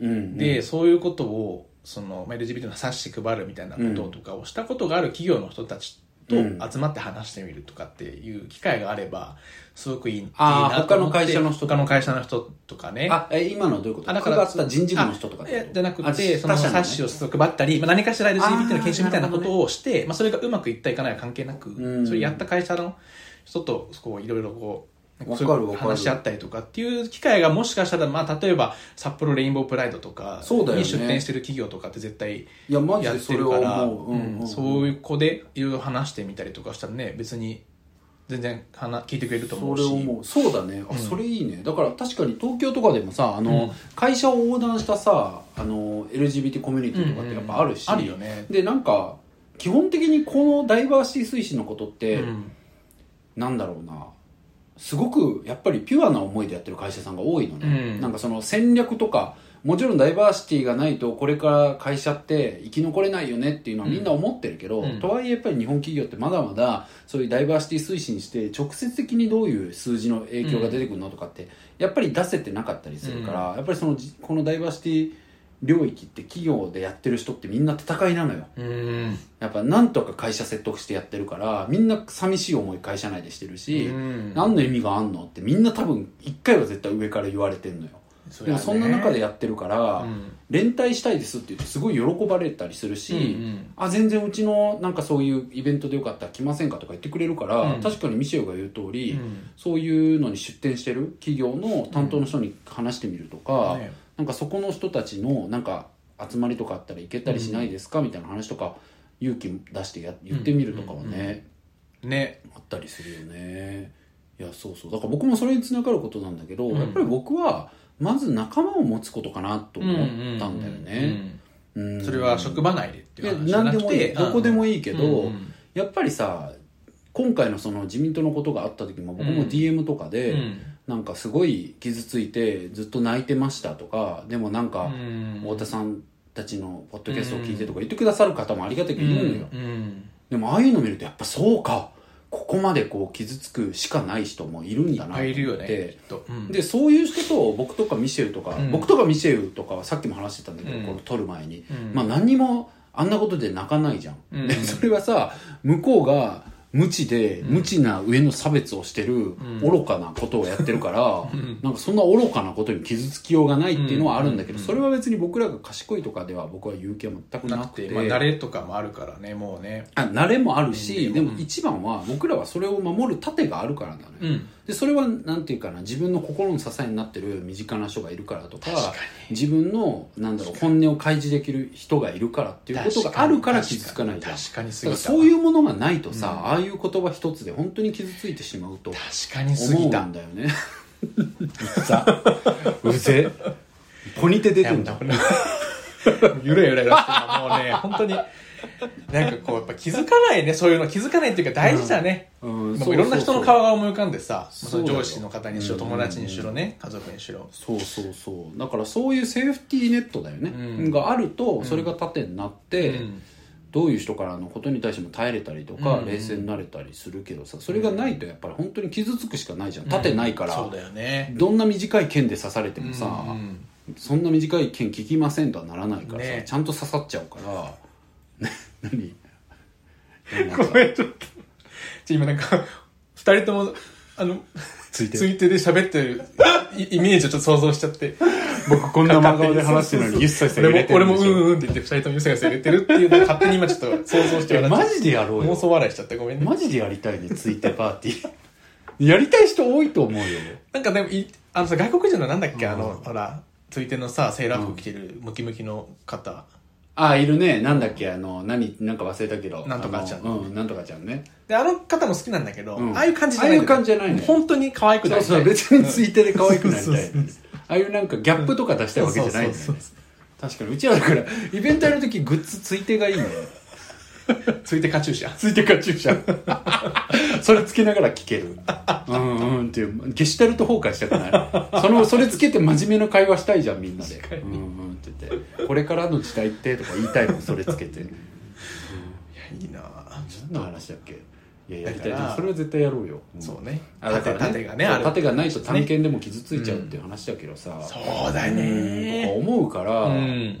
Speaker 2: うんうん
Speaker 1: でそういうことをそのまあ LGBT の冊子配るみたいなこととかをしたことがある企業の人たちと
Speaker 2: うん
Speaker 1: 集まって話してみるとかっていう機会があればすごくいいいい
Speaker 2: あー
Speaker 1: なと思って
Speaker 2: 他の会社の人
Speaker 1: 他の会社の人とかね
Speaker 2: あえ今のはどういうこと
Speaker 1: あ
Speaker 2: だか
Speaker 1: だからら
Speaker 2: った人事部の人とかっ
Speaker 1: あ
Speaker 2: てこ
Speaker 1: い
Speaker 2: と
Speaker 1: やじゃなく
Speaker 2: あ
Speaker 1: てその
Speaker 2: 他社
Speaker 1: 冊子を配ったり、まあ、何かしら LGBT の研修みたいなことをしてまあ、それがうまくいったいかないは関係なく、
Speaker 2: うん
Speaker 1: それやった会社の人とこういろいろこう
Speaker 2: わかる
Speaker 1: そういう
Speaker 2: わかる
Speaker 1: 話し合ったりとかっていう機会がもしかしたら、まあ、例えば札幌レインボープライドとか
Speaker 2: そうだよね
Speaker 1: に出店してる企業とかって絶対
Speaker 2: いやマジ
Speaker 1: や
Speaker 2: で
Speaker 1: っ
Speaker 2: そ
Speaker 1: て
Speaker 2: れ
Speaker 1: るか
Speaker 2: は
Speaker 1: ら
Speaker 2: もう、うん
Speaker 1: うん
Speaker 2: ん、
Speaker 1: そういう子でいろいろ話してみたりとかしたらね別に全然話聞いてくれると思うし
Speaker 2: それをもうそうだねあ、それいいねだから確かに東京とかでもさあの、
Speaker 1: うん
Speaker 2: 会社を横断したさあの LGBT コミュニティとかってやっぱあるし、
Speaker 1: うんうんあるよね
Speaker 2: でなんか基本的にこのダイバーシティ推進のことって、
Speaker 1: うん
Speaker 2: なんだろうなすごくやっぱりピュアな思いでやってる会社さんが多いのね、
Speaker 1: うん
Speaker 2: なんかその戦略とかもちろんダイバーシティがないとこれから会社って生き残れないよねっていうのはみんな思ってるけど、
Speaker 1: うん
Speaker 2: とはいえやっぱり日本企業ってまだまだそういうダイバーシティ推進して直接的にどういう数字の影響が出てくるのとかってやっぱり出せてなかったりするから、やっぱりそのじこのダイバーシティ領域って企業でやってる人ってみんな戦いなのよ
Speaker 1: うん
Speaker 2: やっぱなんとか会社説得してやってるからみんな寂しい思い会社内でしてるし、
Speaker 1: うん
Speaker 2: 何の意味があんのってみんな多分一回は絶対上から言われてんのよ
Speaker 1: そ
Speaker 2: で
Speaker 1: り
Speaker 2: も
Speaker 1: ゃね
Speaker 2: そんな中でやってるから、
Speaker 1: うん
Speaker 2: 連帯したいですって言うとすごい喜ばれたりするし、
Speaker 1: うんうん
Speaker 2: あ全然うちのなんかそういうイベントでよかったら来ませんかとか言ってくれるから、
Speaker 1: うん
Speaker 2: 確かにミシェルが言う通り、
Speaker 1: うん
Speaker 2: そういうのに出店してる企業の担当の人に話してみるとか、
Speaker 1: ね
Speaker 2: なんかそこの人たちのなんか集まりとかあったら行けたりしないですか、みたいな話とか勇気出してや言ってみるとかはね、
Speaker 1: うんうんうんね
Speaker 2: あったりするよねいやそうそうだから僕もそれにつながることなんだけど、
Speaker 1: うん
Speaker 2: やっぱり僕はまず仲間を持つことかなと思ったんだよね、うん
Speaker 1: それは職場内でっていう話
Speaker 2: い
Speaker 1: じ
Speaker 2: や
Speaker 1: ゃ
Speaker 2: 何
Speaker 1: な
Speaker 2: で
Speaker 1: く
Speaker 2: もい
Speaker 1: て
Speaker 2: いどこでも
Speaker 1: いい
Speaker 2: いいけど、やっぱりさ今回のその自民党のことがあった時も僕も
Speaker 1: うん
Speaker 2: DM とかで、なんかすごい傷ついてずっと泣いてましたとかでもなんか、太田さんたちのポッドキャストを聞いてとか言ってくださる方もありがたくいるのよ、でもああいうの見るとやっぱそうかここまでこう傷つくしかない人もいるんだなと思って
Speaker 1: いるよねきっとうん
Speaker 2: でそういう人と僕とかミシェルとか、
Speaker 1: うん
Speaker 2: 僕とかミシェルとかはさっきも話してたんだけど、
Speaker 1: うん
Speaker 2: この撮る前に、
Speaker 1: うん
Speaker 2: まあ何にもあんなことで泣かないじゃん、
Speaker 1: うん
Speaker 2: でそれはさ向こうが無知で、無知な上の差別をしてる、
Speaker 1: ん
Speaker 2: 愚かなことをやってる から、
Speaker 1: ん
Speaker 2: なんかそんな愚かなことに傷つきようがないっていうのはあるんだけど、
Speaker 1: うん
Speaker 2: それは別に僕らが賢いとかでは僕は言う気は全くな
Speaker 1: な
Speaker 2: く
Speaker 1: く
Speaker 2: て
Speaker 1: てまあ慣れとかもあるからねもうね
Speaker 2: あ慣れもあるし、
Speaker 1: うん
Speaker 2: でも一番は僕らはそれを守る盾があるからなのよ、
Speaker 1: うん
Speaker 2: でそれはなんていうかな自分の心の支えになってる身近な人がいるからとか自分のなんだろう本音を開示できる人がいるからっていうことがあるから傷つかないじゃん
Speaker 1: 確かに
Speaker 2: だ
Speaker 1: 過
Speaker 2: か
Speaker 1: ぎ
Speaker 2: ら
Speaker 1: た
Speaker 2: そういうものがないとさ、
Speaker 1: うん
Speaker 2: ああいう言葉一つで本当に傷ついてしまうと
Speaker 1: 確かに過
Speaker 2: 思う
Speaker 1: ぎ
Speaker 2: んだ
Speaker 1: た
Speaker 2: よね うざうぜポニテ出てんじゃん
Speaker 1: ゆらゆらゆらしてるのもう ね本当になんかこうやっぱ気づかないねそういうの気づかないっていうか大事だ
Speaker 2: う
Speaker 1: ね、
Speaker 2: ん
Speaker 1: もういろんな人の顔が思い浮かんでさ、
Speaker 2: そうだよ
Speaker 1: その上司の方にしろ、友達にしろね、家族にしろ。
Speaker 2: そうそうそうだからそういうセーフティーネットだよね、
Speaker 1: うん
Speaker 2: があるとそれが盾になって、
Speaker 1: うん
Speaker 2: どういう人からのことに対しても耐えれたりとか、
Speaker 1: うん
Speaker 2: 冷静になれたりするけどさそれがないとやっぱり本当に傷つくしかないじゃん盾ないから、
Speaker 1: そうだよね。
Speaker 2: どんな短い剣で刺されてもさ、
Speaker 1: うん
Speaker 2: そんな短い剣効きませんとはならないからさ、
Speaker 1: ね
Speaker 2: ちゃんと刺さっちゃうから 何
Speaker 1: ごめん、ちょっと。ちょ今なんか、二人とも、あの、
Speaker 2: つい
Speaker 1: ツイートで喋ってるいイメージをちょっと想像しちゃって。
Speaker 2: 僕こんな真顔で話してるのに一切それ入れて
Speaker 1: 俺
Speaker 2: るん
Speaker 1: も、
Speaker 2: でし
Speaker 1: 俺
Speaker 2: ょ
Speaker 1: もうんうんって言って、二人ともゆさがさ入れてるっていうのを勝手に今ちょっと想像して
Speaker 2: え
Speaker 1: 笑っちゃ
Speaker 2: マ
Speaker 1: っ
Speaker 2: ジでやろう
Speaker 1: た。妄
Speaker 2: よ
Speaker 1: 想笑いしちゃった。ごめんね。
Speaker 2: マジでやりたいねついてパーティ ーやりたい人多いと思うよ
Speaker 1: なんかでもい、あのさ、外国人のなんだっけ、あの、ほら、ついてのさ、セーラー服着てるムキムキの方。
Speaker 2: ああいるねなんだっけあの何なんか忘れたけど
Speaker 1: なんとかちゃん
Speaker 2: あのうんなんとかちゃんね
Speaker 1: で、あの方も好きなんだけど、
Speaker 2: うん
Speaker 1: ああいう感じじゃないんだよ
Speaker 2: ああいう感じじゃないのよ
Speaker 1: 本当に可愛くな
Speaker 2: そう
Speaker 1: りた
Speaker 2: そう
Speaker 1: い
Speaker 2: 別についてで可愛くなりたい
Speaker 1: そうそうそう
Speaker 2: ああいうなんかギャップとか出したいわけじゃないんだよ
Speaker 1: そう
Speaker 2: ね
Speaker 1: そうそう
Speaker 2: 確かにうちはだからイベントやる時グッズついてがいいのよ
Speaker 1: ついてカチューシャ。
Speaker 2: ついてか注射 それつけながら聞けるうんうんっていうゲシュタルト崩壊したくないそのそれつけて真面目な会話したいじゃんみんなで
Speaker 1: 確か
Speaker 2: う
Speaker 1: に
Speaker 2: んうんって言ってこれからの時代ってとか言いたいもんそれつけて
Speaker 1: いいなぁ
Speaker 2: 何の話だっけいややりたい
Speaker 1: だから
Speaker 2: それは絶対やろうよ、ん
Speaker 1: そうね。
Speaker 2: あだから
Speaker 1: 縦がね、
Speaker 2: そう
Speaker 1: ある。
Speaker 2: 盾がないと探検でも傷ついちゃうっていう話だけどさ、
Speaker 1: そうだ
Speaker 2: とか
Speaker 1: ね
Speaker 2: 思うから、
Speaker 1: う
Speaker 2: っ
Speaker 1: ん。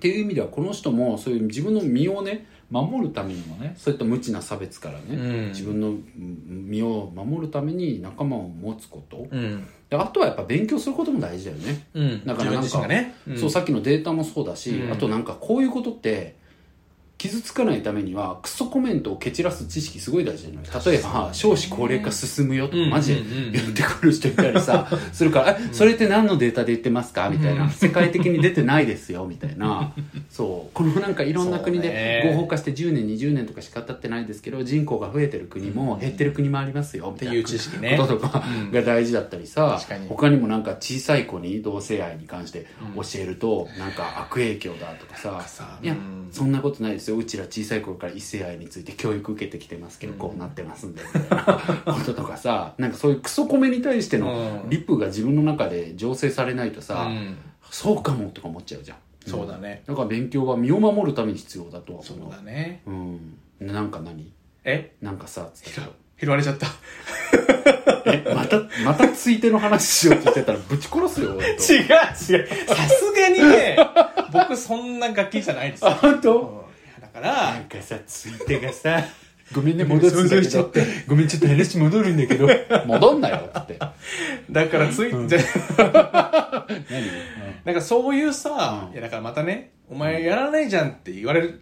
Speaker 2: ていう意味ではこの人もそういう自分の身をね守るためにもねそういった無知な差別からね、
Speaker 1: うん
Speaker 2: 自分のうん身を守るために仲間を持つこと
Speaker 1: うん。
Speaker 2: であとはやっぱ勉強することも大事だよね、
Speaker 1: うん。
Speaker 2: だから
Speaker 1: 自分自身がね。ん
Speaker 2: そうさっきのデータもそうだし、
Speaker 1: うん
Speaker 2: あとなんかこういうことって傷つかないためにはクソコメントを蹴散らす知識すごい大事じゃない例えば少子高齢化進むよとか、
Speaker 1: うん
Speaker 2: マジで
Speaker 1: うんうんうん
Speaker 2: 言ってくる人いたりさするからえ「それって何のデータで言ってますか?」みたいな「世界的に出てないですよ」みたい なそうこのなんかいろんな国
Speaker 1: そう
Speaker 2: で
Speaker 1: ね
Speaker 2: 合法化して10年20年とかしか経ってないですけど人口が増えてる国も減ってる国もありますよみ
Speaker 1: っ
Speaker 2: た
Speaker 1: て
Speaker 2: いな
Speaker 1: いう知識ね。
Speaker 2: こととか
Speaker 1: うん
Speaker 2: が大事だったりさ、
Speaker 1: 確かに
Speaker 2: 他にもなんか小さい子に同性愛に関して
Speaker 1: う
Speaker 2: 教
Speaker 1: ん
Speaker 2: えるとなんか悪影響だとかさ
Speaker 1: かさ
Speaker 2: いや
Speaker 1: うん
Speaker 2: そんなことないですようちら小さい頃から異性愛について教育受けてきてますけど
Speaker 1: うん
Speaker 2: こうなってますんでみたい なこととかさなんかそういうクソコメに対しての
Speaker 1: うん
Speaker 2: リップが自分の中で醸成されないとさ
Speaker 1: うん
Speaker 2: そうかもとか思っちゃうじゃん
Speaker 1: そうだね。
Speaker 2: だから勉強は身を守るために必要だとは
Speaker 1: そう
Speaker 2: 思
Speaker 1: だね。
Speaker 2: ううんなんか何
Speaker 1: え
Speaker 2: なんかさつって
Speaker 1: 拾拾われちゃった。
Speaker 2: えまたまたついての話しようって言ってたらぶち殺すよ俺と
Speaker 1: 違う違う。さすがに ね、僕そんなガキじゃないですよ。
Speaker 2: 本
Speaker 1: う
Speaker 2: 当
Speaker 1: んだか
Speaker 2: な
Speaker 1: ら
Speaker 2: ん、かさ、ついてがさ、ごめんね、
Speaker 1: 戻
Speaker 2: 戻
Speaker 1: す
Speaker 2: す
Speaker 1: ん
Speaker 2: ん
Speaker 1: だ
Speaker 2: だ
Speaker 1: け
Speaker 2: け
Speaker 1: ど
Speaker 2: ど、ごめん、ちょっと話戻るんだけど、 戻んなよって。
Speaker 1: だからつい、じゃ
Speaker 2: 何
Speaker 1: なんかそういうさ、いやだからまたね、お前やらないじゃんって言われる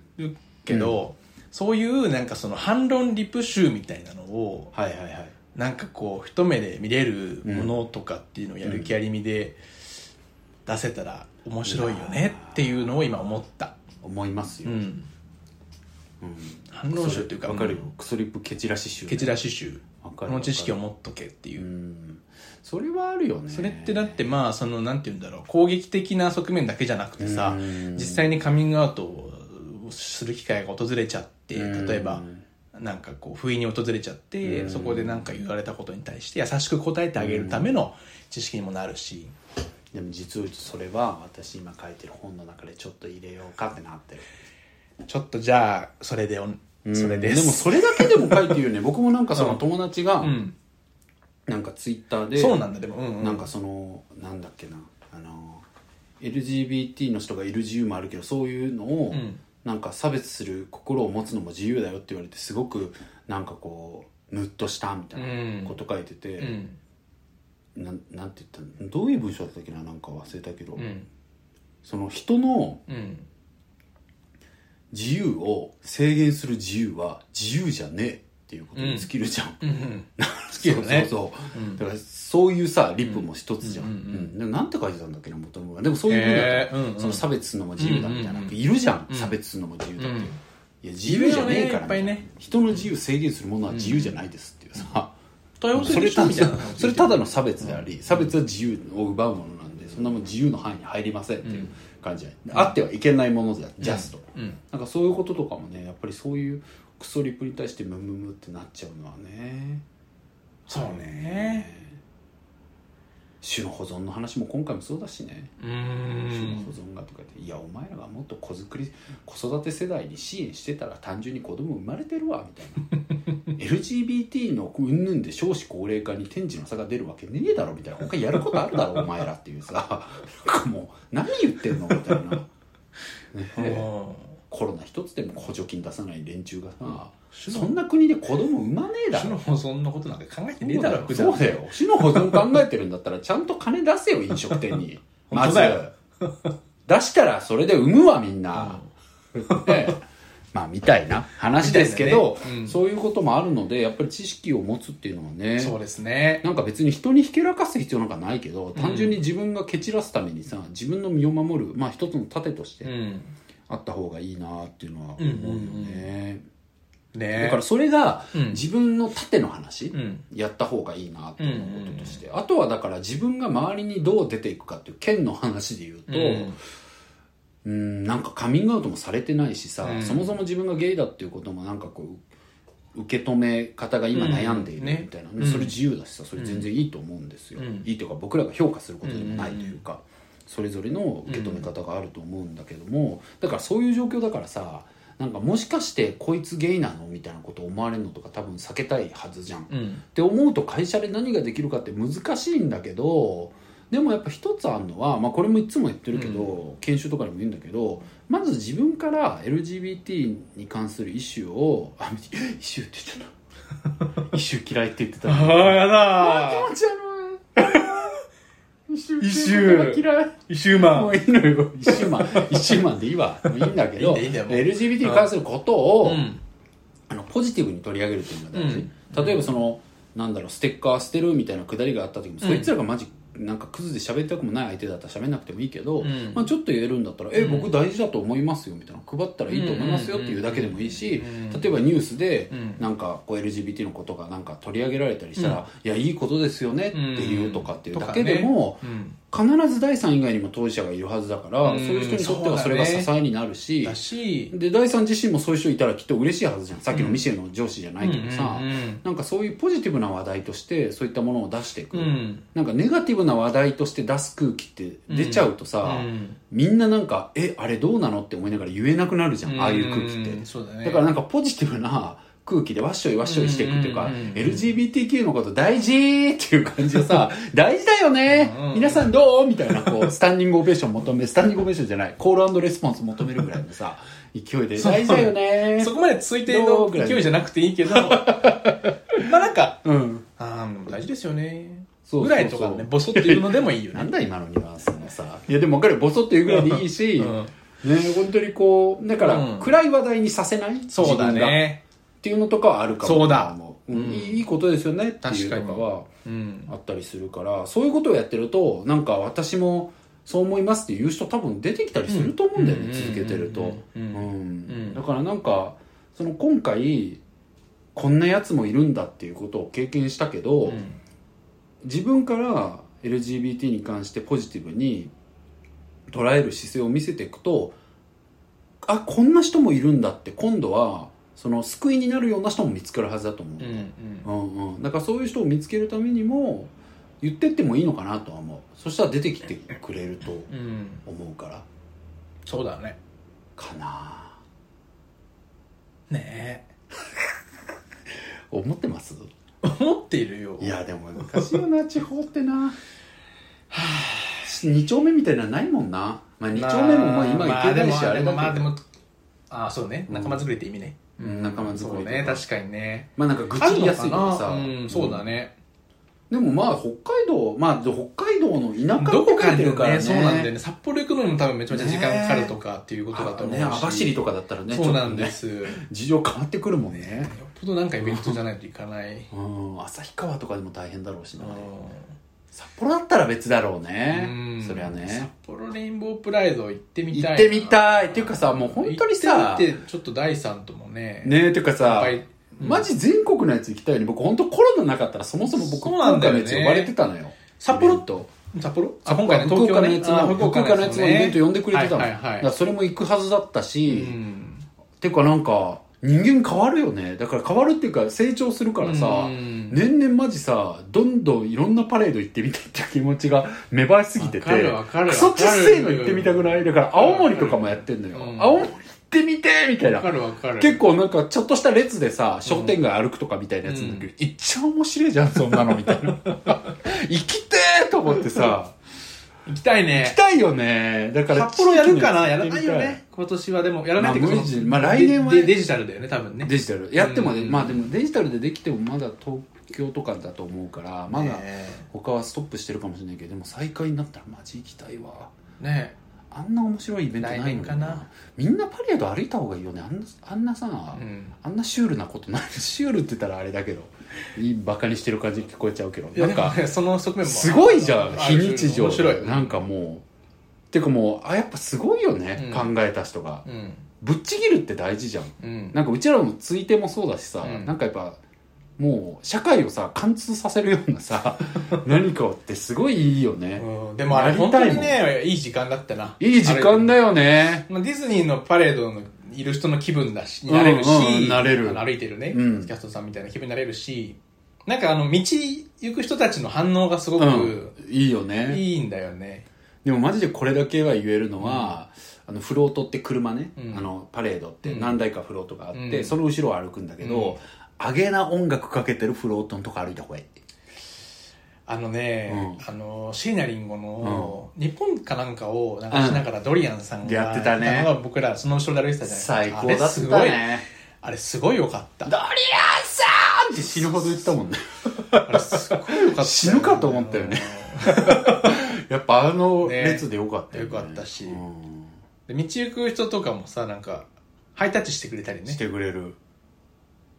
Speaker 1: けど、そういうなんかその反論リプ集みたいなのを、
Speaker 2: はいはいはい。
Speaker 1: なんかこう一目で見れるものとかっていうのをやる気ありみで出せたら面白いよねっていうのを今思った。
Speaker 2: 思います
Speaker 1: う
Speaker 2: よ。
Speaker 1: ん。反論集っていうか、
Speaker 2: わかるよ
Speaker 1: うん。
Speaker 2: クソリップケチラシ集。
Speaker 1: ケチラシ集。
Speaker 2: わか
Speaker 1: こ
Speaker 2: る。
Speaker 1: の知識を
Speaker 2: わか
Speaker 1: 持っとけってい
Speaker 2: る。う
Speaker 1: う。
Speaker 2: ん。それはあるよね。
Speaker 1: それってだってまあ、その、なんて言うんだろう、攻撃的な側面だけじゃなくてさ、
Speaker 2: うん
Speaker 1: 実際にカミングアウトをする機会が訪れちゃって、
Speaker 2: うん
Speaker 1: 例えば、なんかこう、不意に訪れちゃって、
Speaker 2: うん
Speaker 1: そこでなんか言われたことに対して優しく答えてあげるための知識にもなるし、
Speaker 2: でも実を言うとそれは私今書いてる本の中でちょっと入れようかってなってる。
Speaker 1: ちょっとじゃあ、それでおん、それです。
Speaker 2: でもそれだけ でも書いてるよね。僕もなんかその友達が
Speaker 1: う、ん。
Speaker 2: なんかツイッターで、
Speaker 1: そうなんだ、でも、うん、うん。
Speaker 2: なんか、そのなんだっけなあの LGBT の人がいる自由もあるけどそういうのを、
Speaker 1: うん
Speaker 2: なんか差別する心を持つのも自由だよって言われてすごくなんかこうムッとしたみたいなこと書いて
Speaker 1: う
Speaker 2: て、
Speaker 1: ん。
Speaker 2: なんなんて言ったのどういう文章だったっけななんか忘れたけど、
Speaker 1: うん。
Speaker 2: その人の
Speaker 1: うん。
Speaker 2: 自由を制限する自由は自由じゃねえっていうことに尽きるじゃん。
Speaker 1: うんうん。尽きるね
Speaker 2: そうそうそう
Speaker 1: うん
Speaker 2: だからそういうさリップも一つじゃん、
Speaker 1: う
Speaker 2: うんん
Speaker 1: うんうん
Speaker 2: でもなんて書いてたんだっけな元々がでもそういう風だ
Speaker 1: へーうんうん
Speaker 2: その差別するのも自由だみたいな、
Speaker 1: うんうんうん
Speaker 2: いるじゃん、
Speaker 1: うん
Speaker 2: 差別するのも自由だって、
Speaker 1: うん
Speaker 2: いや自由じゃねえから
Speaker 1: いるよねいっぱいね
Speaker 2: 人の自由制限するものは自由じゃないですっていうさ、
Speaker 1: 多様性
Speaker 2: そ
Speaker 1: で
Speaker 2: れ
Speaker 1: しょ
Speaker 2: た
Speaker 1: みたいな。
Speaker 2: それただの差別であり、差別は自由を奪うものなんでそんなもん自由の範囲に入りませんっていう感じじゃない、あってはいけないものだ、ジャスト、
Speaker 1: うん。
Speaker 2: なんかそういうこととかもねやっぱりそういうクソリップに対してムムムってなっちゃうのはね
Speaker 1: そうね。
Speaker 2: 種の保存の話も今回もそうだしね、
Speaker 1: う
Speaker 2: 種の
Speaker 1: ん
Speaker 2: 保。存がとかっていやお前らがもっと子作り子育て世代に支援してたら単純に子供生まれてるわみたい な LGBT の云々で少子高齢化に天地の差が出るわけねえだろみたいな他やることあるだろお前らっていうさなんかもう何言ってんのみたいな、ねコロナ一つでも補助金出さない連中がさ
Speaker 1: 種
Speaker 2: そ
Speaker 1: の
Speaker 2: んな国で子供産まねえだろ
Speaker 1: 種の保存のことなんか考えてねえだろ、普段
Speaker 2: そうだよ。市の保存考えてるんだったら、ちゃんと金出せよ、飲食店に。
Speaker 1: 本
Speaker 2: ま
Speaker 1: 当
Speaker 2: ず
Speaker 1: だよ。
Speaker 2: 出したら、それで産むわ、みんな。ねまあ、みたいな話ですけど
Speaker 1: みたいな、ねうん
Speaker 2: そういうこともあるので、やっぱり知識を持つっていうのはね、
Speaker 1: そうですね。
Speaker 2: なんか別に人にひけらかす必要なんかないけど、単純に自分が蹴散らすためにさ、自分の身を守る、まあ一つの盾とし
Speaker 1: う
Speaker 2: て
Speaker 1: ん。
Speaker 2: あった方がいいなっていうのは思うよね。
Speaker 1: ね
Speaker 2: だからそれが
Speaker 1: うん
Speaker 2: 自分の盾の話、
Speaker 1: うん。
Speaker 2: やった方がいいなって思うこととして、あとはだから自分が周りにどう出ていくかっていう剣の話で言うと、
Speaker 1: う
Speaker 2: う
Speaker 1: ん
Speaker 2: んなんかカミングアウトもされてないしさ、
Speaker 1: うん
Speaker 2: そもそも自分がゲイだっていうこともなんかこう受け止め方が今悩んでいる
Speaker 1: うん
Speaker 2: み
Speaker 1: ね
Speaker 2: たいな、
Speaker 1: うん
Speaker 2: それ自由だしさそれ全然いいと思うんですよ、
Speaker 1: うん
Speaker 2: いいというか僕らが評価することでもないというか、それぞれの受け止め方があると思うんだけども、だからそういう状況だからさなんかもしかしてこいつゲイなのみたいなこと思われるのとか多分避けたいはずじゃん、
Speaker 1: うん
Speaker 2: って思うと会社で何ができるかって難しいんだけどでもやっぱ一つあるのは、まあ、これもいつも言ってるけど、研修とかでも言うんだけどまず自分から LGBT に関するイシューをあイシューって言ってた イシュー嫌いって言ってた
Speaker 1: ああやだ
Speaker 2: 気持ち悪いイシュー
Speaker 1: イシュー
Speaker 2: っていう言葉嫌い
Speaker 1: イシュー マ
Speaker 2: も
Speaker 1: ン
Speaker 2: ういいのよ 一週間一週間でいいわもういいんだけど
Speaker 1: いいんだいいんだよ
Speaker 2: LGBT に関することを、
Speaker 1: うん
Speaker 2: あのポジティブに取り上げるっていうのが大事、
Speaker 1: うん
Speaker 2: 例えばそのなんだろうステッカー捨てるみたいなくだりがあった時も、そいつらがマジなんかクズで喋りたくもない相手だったら喋んなくてもいいけど、
Speaker 1: うん
Speaker 2: まあ、ちょっと言えるんだったら「え僕大事だと思いますよ」みたいな「配ったらいいと思いますよ」っていうだけでもいいし、
Speaker 1: うん
Speaker 2: 例えばニュースで
Speaker 1: うん
Speaker 2: なんかこう LGBT のことがなんか取り上げられたりしたら「いやいいことですよね」っていうとかっていうだけでも、
Speaker 1: うん
Speaker 2: 必ず第三以外にも当事者がいるはずだから、
Speaker 1: うん
Speaker 2: そういう人にとってはそれが支えになるし、
Speaker 1: だし
Speaker 2: で第三自身もそういう人いたらきっと嬉しいはずじゃんさっきのミシェルの上司じゃないけどさ、
Speaker 1: うんうん
Speaker 2: なんかそういうポジティブな話題としてそういったものを出していく、
Speaker 1: うんうん
Speaker 2: なんかネガティブな話題として出す空気って出ちゃうとさ、
Speaker 1: うん
Speaker 2: みんななんか「えあれどうなの?」って思いながら言えなくなるじゃん、ああいう空気って、
Speaker 1: うんそうだね
Speaker 2: だからなんかポジティブな空気でわっしょいわっしょいしていくっていうか、
Speaker 1: うんうんうんうん
Speaker 2: LGBTQ のこと大事って いう感じでさ、大事だよね
Speaker 1: うんうん
Speaker 2: 皆さんどうみたいな、こう、スタンディングオベーション求め、スタンディングオベーションじゃない、コールレスポンス求めるぐらいのさ、勢いで、
Speaker 1: そう
Speaker 2: 大事だよね
Speaker 1: そこまで推定の勢いじゃなくていいけど まあなんか
Speaker 2: うん。
Speaker 1: あーでも大事ですよね
Speaker 2: そうそうそう
Speaker 1: ぐらいとかねボソっていうのでもいいよ
Speaker 2: な
Speaker 1: ね
Speaker 2: んだ今のニュアンスのさ。いやでも分かるよ、ボソっていうぐらいでいいし、
Speaker 1: うん
Speaker 2: ね、本当にこう、だから、
Speaker 1: うん
Speaker 2: 暗い話題にさせない
Speaker 1: そうだ。
Speaker 2: 自分が
Speaker 1: ね
Speaker 2: っていうのとかはあるかも
Speaker 1: そうだ
Speaker 2: 思う。
Speaker 1: うん
Speaker 2: うんいいいいことですよねっていうとか
Speaker 1: 確か
Speaker 2: は。
Speaker 1: うん
Speaker 2: あったりするからそういうことをやってるとなんか私もそう思いますっていう人多分出てきたりすると思うんだよね、
Speaker 1: うん
Speaker 2: 続けてると、う
Speaker 1: う
Speaker 2: んん
Speaker 1: うんうんうん
Speaker 2: だからなんかその今回こんなやつもいるんだっていうことを経験したけど、
Speaker 1: うん
Speaker 2: 自分から LGBT に関してポジティブに捉える姿勢を見せていくとあこんな人もいるんだって今度はその救いになるような人も見つかるはずだと思う、
Speaker 1: うんうん
Speaker 2: うんうん、だからそういう人を見つけるためにも言ってってもいいのかなとは思うそしたら出てきてくれると
Speaker 1: うん
Speaker 2: 思うから
Speaker 1: そうだね
Speaker 2: かな
Speaker 1: ね
Speaker 2: あ思ってます
Speaker 1: え 思っているよ
Speaker 2: いやでも難しいよな地方ってなはあ2丁目みたいなのないもんな、まあ、2丁目もまあ今行けないし
Speaker 1: ま
Speaker 2: あ
Speaker 1: あで
Speaker 2: れ
Speaker 1: も
Speaker 2: だ
Speaker 1: まあ
Speaker 2: け
Speaker 1: で
Speaker 2: ど
Speaker 1: もああそうね仲間作りって意味ね
Speaker 2: うん仲間作り
Speaker 1: そう
Speaker 2: とか
Speaker 1: ね確かにね
Speaker 2: まあなんか愚
Speaker 1: あ
Speaker 2: 痴
Speaker 1: る
Speaker 2: り
Speaker 1: の
Speaker 2: やす
Speaker 1: か
Speaker 2: いとかさ
Speaker 1: なうんそうだね
Speaker 2: でもまあ北海道まあ北海道の田舎
Speaker 1: どこ
Speaker 2: を
Speaker 1: か
Speaker 2: か
Speaker 1: に
Speaker 2: てるからね
Speaker 1: ねそうなんだよね札幌行くのにも多分めちゃめちゃ時間かかるとかっていうことだと
Speaker 2: あ
Speaker 1: 思う
Speaker 2: ね
Speaker 1: し
Speaker 2: 網走とかだったらね
Speaker 1: そうなんで
Speaker 2: ちょっ
Speaker 1: すよ
Speaker 2: とね事情変わってくるもんね
Speaker 1: っぽどなんかイベントじゃないといかない
Speaker 2: うん旭川とかでも大変だろうしな、
Speaker 1: う
Speaker 2: 札幌だったら別だろうね、
Speaker 1: ん
Speaker 2: そりゃ
Speaker 1: 札
Speaker 2: ね
Speaker 1: 幌レインボープライド行ってみた
Speaker 2: 行っ
Speaker 1: いな
Speaker 2: てみたいっていうかさもう本当にさ
Speaker 1: 行ってみてちょっと第三ともね
Speaker 2: ねえっていうかさ
Speaker 1: いっぱいうん
Speaker 2: マジ全国のやつ行きたいよね僕本当コロナなかったらそもそも僕
Speaker 1: そうなんだよね
Speaker 2: のやつ呼ばれてたのよ
Speaker 1: 札幌
Speaker 2: イベント
Speaker 1: 札幌
Speaker 2: あ
Speaker 1: あ今回ね
Speaker 2: 福
Speaker 1: 東京
Speaker 2: 岡の
Speaker 1: ね
Speaker 2: やつも
Speaker 1: あ
Speaker 2: 福岡のやつもイ
Speaker 1: ね
Speaker 2: ベント呼んでくれてたの
Speaker 1: はい
Speaker 2: だ
Speaker 1: はいはい
Speaker 2: からそれも行くはずだったし、
Speaker 1: うん
Speaker 2: ていうかなんか人間変わるよねだから変わるっていうか成長するからさ、
Speaker 1: うん
Speaker 2: 年々マジさどんどんいろんなパレード行ってみたいっていう気持ちが芽生えすぎてて
Speaker 1: わかるわかる
Speaker 2: クソちっせえの行ってみたくないだから青森とかもやってんのよ、
Speaker 1: うん
Speaker 2: 青森行ってみてみたい
Speaker 1: わか
Speaker 2: な
Speaker 1: るわかる
Speaker 2: 結構なんかちょっとした列でさ商店街歩くとかみたいなやつなんだけど、いっちゃ面白いじゃんそんなのみたい な行きてーと思ってさ
Speaker 1: 行きたい
Speaker 2: 行き
Speaker 1: ね
Speaker 2: たいよねだから
Speaker 1: 札幌やるかな
Speaker 2: 地域
Speaker 1: や
Speaker 2: のつ行
Speaker 1: ら
Speaker 2: っ
Speaker 1: ない
Speaker 2: てみ
Speaker 1: よ
Speaker 2: た
Speaker 1: ね今年はでもやら
Speaker 2: ま
Speaker 1: ない
Speaker 2: あ
Speaker 1: けど
Speaker 2: 無理まあ来年はね
Speaker 1: デデジタルだよね多分ね
Speaker 2: デジタルやってもね、
Speaker 1: うん
Speaker 2: まあでもデジタルでできてもまだ東京とかだと思うからまだ
Speaker 1: ね
Speaker 2: 他はストップしてるかもしれないけどでも再開になったらマジ行きたいわ
Speaker 1: ね
Speaker 2: あんな面白いイベントないのに
Speaker 1: 来年かな
Speaker 2: みんなパレード歩いた方がいいよねあんなあんなさ、
Speaker 1: うん
Speaker 2: あんなシュールなことない シュールって言ったらあれだけどいいバカにしてる感じに聞こえちゃうけど
Speaker 1: いや
Speaker 2: な
Speaker 1: で
Speaker 2: ん
Speaker 1: も
Speaker 2: か
Speaker 1: ねその側面も
Speaker 2: すごいじゃん
Speaker 1: あ
Speaker 2: 非
Speaker 1: る
Speaker 2: 日常
Speaker 1: 面白い
Speaker 2: なんかもうてかもうあやっぱすごいよね、
Speaker 1: うん
Speaker 2: 考えた人が
Speaker 1: うん
Speaker 2: ぶっちぎるって大事じゃん
Speaker 1: うん
Speaker 2: なんかうちらのついてもそうだしさ、
Speaker 1: うん
Speaker 2: なんかやっぱもう社会をさ貫通させるような さ何かってすごいいいよね、
Speaker 1: うん、でもあれ
Speaker 2: やりたい
Speaker 1: 本
Speaker 2: もん
Speaker 1: 当にねいい時間だったない
Speaker 2: い時間だよね
Speaker 1: まあ、ディズニーのパレードのいる人の気分だし、になれるし、
Speaker 2: うんうんなれる
Speaker 1: あの歩いてるね、
Speaker 2: うん
Speaker 1: キャストさんみたいな気分になれるし、なんかあの、道行く人たちの反応がすご
Speaker 2: うん
Speaker 1: く
Speaker 2: いいよね
Speaker 1: いいんだよね。
Speaker 2: でもマジでこれだけは言えるのは、あのフロートって車ね、
Speaker 1: うん
Speaker 2: あのパレードって
Speaker 1: うん
Speaker 2: 何台かフロートがあって、
Speaker 1: うん
Speaker 2: その後ろを歩くんだけど、上げな音楽かけてるフロートのとこ歩いた方がいい
Speaker 1: あのね、
Speaker 2: う
Speaker 1: あの、椎名林檎の、日本かなんかをなんかしながらドリアンさんが、
Speaker 2: やってたね
Speaker 1: のが僕らその後ろで歩いてたじゃな
Speaker 2: 最
Speaker 1: いですか。
Speaker 2: 高だ
Speaker 1: あれ
Speaker 2: っ
Speaker 1: す
Speaker 2: た
Speaker 1: ごい、
Speaker 2: ね
Speaker 1: あれすごいよかった
Speaker 2: ド。リアンさんって死ぬほど言った もんね
Speaker 1: あれすごいよかった、
Speaker 2: 死ぬかと思ったよね。やっぱあの列でよかった
Speaker 1: ねよかったし
Speaker 2: うん
Speaker 1: で道行く人とかもさ、なんか、ハイタッチしてくれたりね
Speaker 2: し。てくれる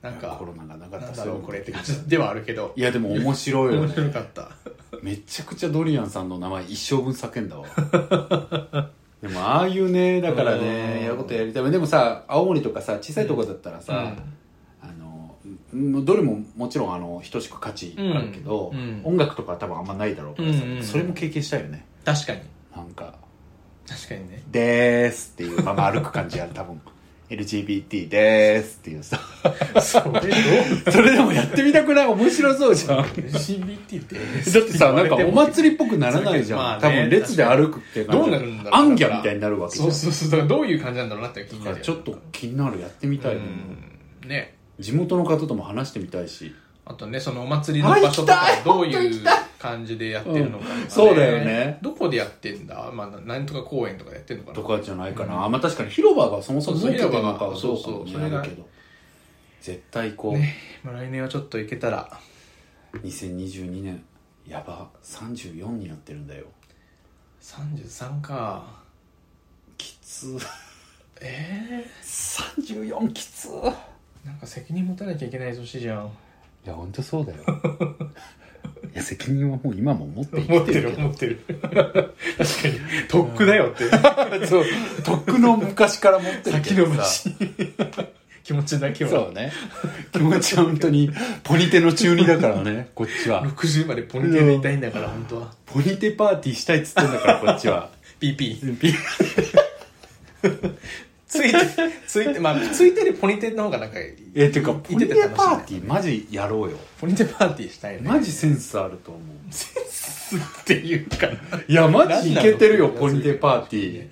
Speaker 1: なんか、
Speaker 2: コロナがなかっ
Speaker 1: な
Speaker 2: た
Speaker 1: んだろうこれって感
Speaker 2: い
Speaker 1: じではあるけど
Speaker 2: やでも面白いよ
Speaker 1: 面白
Speaker 2: ね
Speaker 1: かった
Speaker 2: めちゃくちゃドリアンさんの名前一生分叫んだわ でもああいうねだから
Speaker 1: うん
Speaker 2: ねやることやりたいでもさ青森とかさ小さいとこだったらさ、あのうんどれももちろんあの等しく価値あるけど、
Speaker 1: うんうん
Speaker 2: 音楽とかは多分あんまないだろうからさ、
Speaker 1: うんうん
Speaker 2: それも経験したいよね
Speaker 1: 確かに
Speaker 2: なんか
Speaker 1: 確かにね
Speaker 2: 「でーす」っていうまま歩く感じやる多 分 LGBT でーすっていうさ
Speaker 1: それどう
Speaker 2: それでもやってみたくない面白そうじゃん
Speaker 1: CBT って
Speaker 2: だってさなんかお祭りっぽくならないじゃん、
Speaker 1: まあね
Speaker 2: 多分列で歩くって感じ
Speaker 1: どうなるんだろう
Speaker 2: アンギャみたいになるわけじゃ
Speaker 1: そ
Speaker 2: ん
Speaker 1: うそうそうだからどういう感じなんだろうなって気に
Speaker 2: だ
Speaker 1: な
Speaker 2: か
Speaker 1: る
Speaker 2: らちょっと気になるやってみ
Speaker 1: み
Speaker 2: たい、
Speaker 1: ね
Speaker 2: 地元の方とも話してみたいし
Speaker 1: あとねそのお祭りの場所と
Speaker 2: あ行きた
Speaker 1: か
Speaker 2: い
Speaker 1: どういう感じでやってるのかとかね
Speaker 2: うんそうだよね
Speaker 1: どこでやってんだまあなんとか公園とかでやってんのかな
Speaker 2: とかじゃないかな、まあ確かに広場がそもそも
Speaker 1: そうそう
Speaker 2: てるのかはど
Speaker 1: 広場が
Speaker 2: うかも
Speaker 1: そう
Speaker 2: し
Speaker 1: そうそ
Speaker 2: れ
Speaker 1: れが
Speaker 2: ないけど絶対こう、
Speaker 1: ねまあ来年はちょっと行けたら
Speaker 2: 2022年やば34になってるんだよ
Speaker 1: 33か
Speaker 2: きつ
Speaker 1: え
Speaker 2: 34きつい
Speaker 1: ー、なんか責任持たなきゃいけない年じゃん
Speaker 2: や本当そうだ よいや責任はもう今も持って生
Speaker 1: 思
Speaker 2: き
Speaker 1: ってて
Speaker 2: る
Speaker 1: る
Speaker 2: けど
Speaker 1: 思ってる 確かにとっくだよっ て
Speaker 2: そうとっくの昔から持ってる
Speaker 1: 先
Speaker 2: け
Speaker 1: 延
Speaker 2: ど
Speaker 1: ば
Speaker 2: さ
Speaker 1: し 気持ちだけ
Speaker 2: そ
Speaker 1: は
Speaker 2: うね気持ちは本当にポニテの中二だからね こっちは
Speaker 1: 60までポニテーでいたいんだから本当は
Speaker 2: ポニテパーティーしたいっつってんだからこっち は
Speaker 1: PP ついてついてまあついてるポニテの方がなんかいい
Speaker 2: えてかポ
Speaker 1: ポ
Speaker 2: ニ
Speaker 1: ニ
Speaker 2: テパ
Speaker 1: テパ
Speaker 2: ー
Speaker 1: ー
Speaker 2: テ
Speaker 1: テ
Speaker 2: ィーマジやろうよ
Speaker 1: ポニテパーティーしたいね
Speaker 2: マジセンスあると思う
Speaker 1: センスっていうかだか
Speaker 2: いやマジいけてるよ
Speaker 1: 何な
Speaker 2: ポ
Speaker 1: の
Speaker 2: ニテパーティー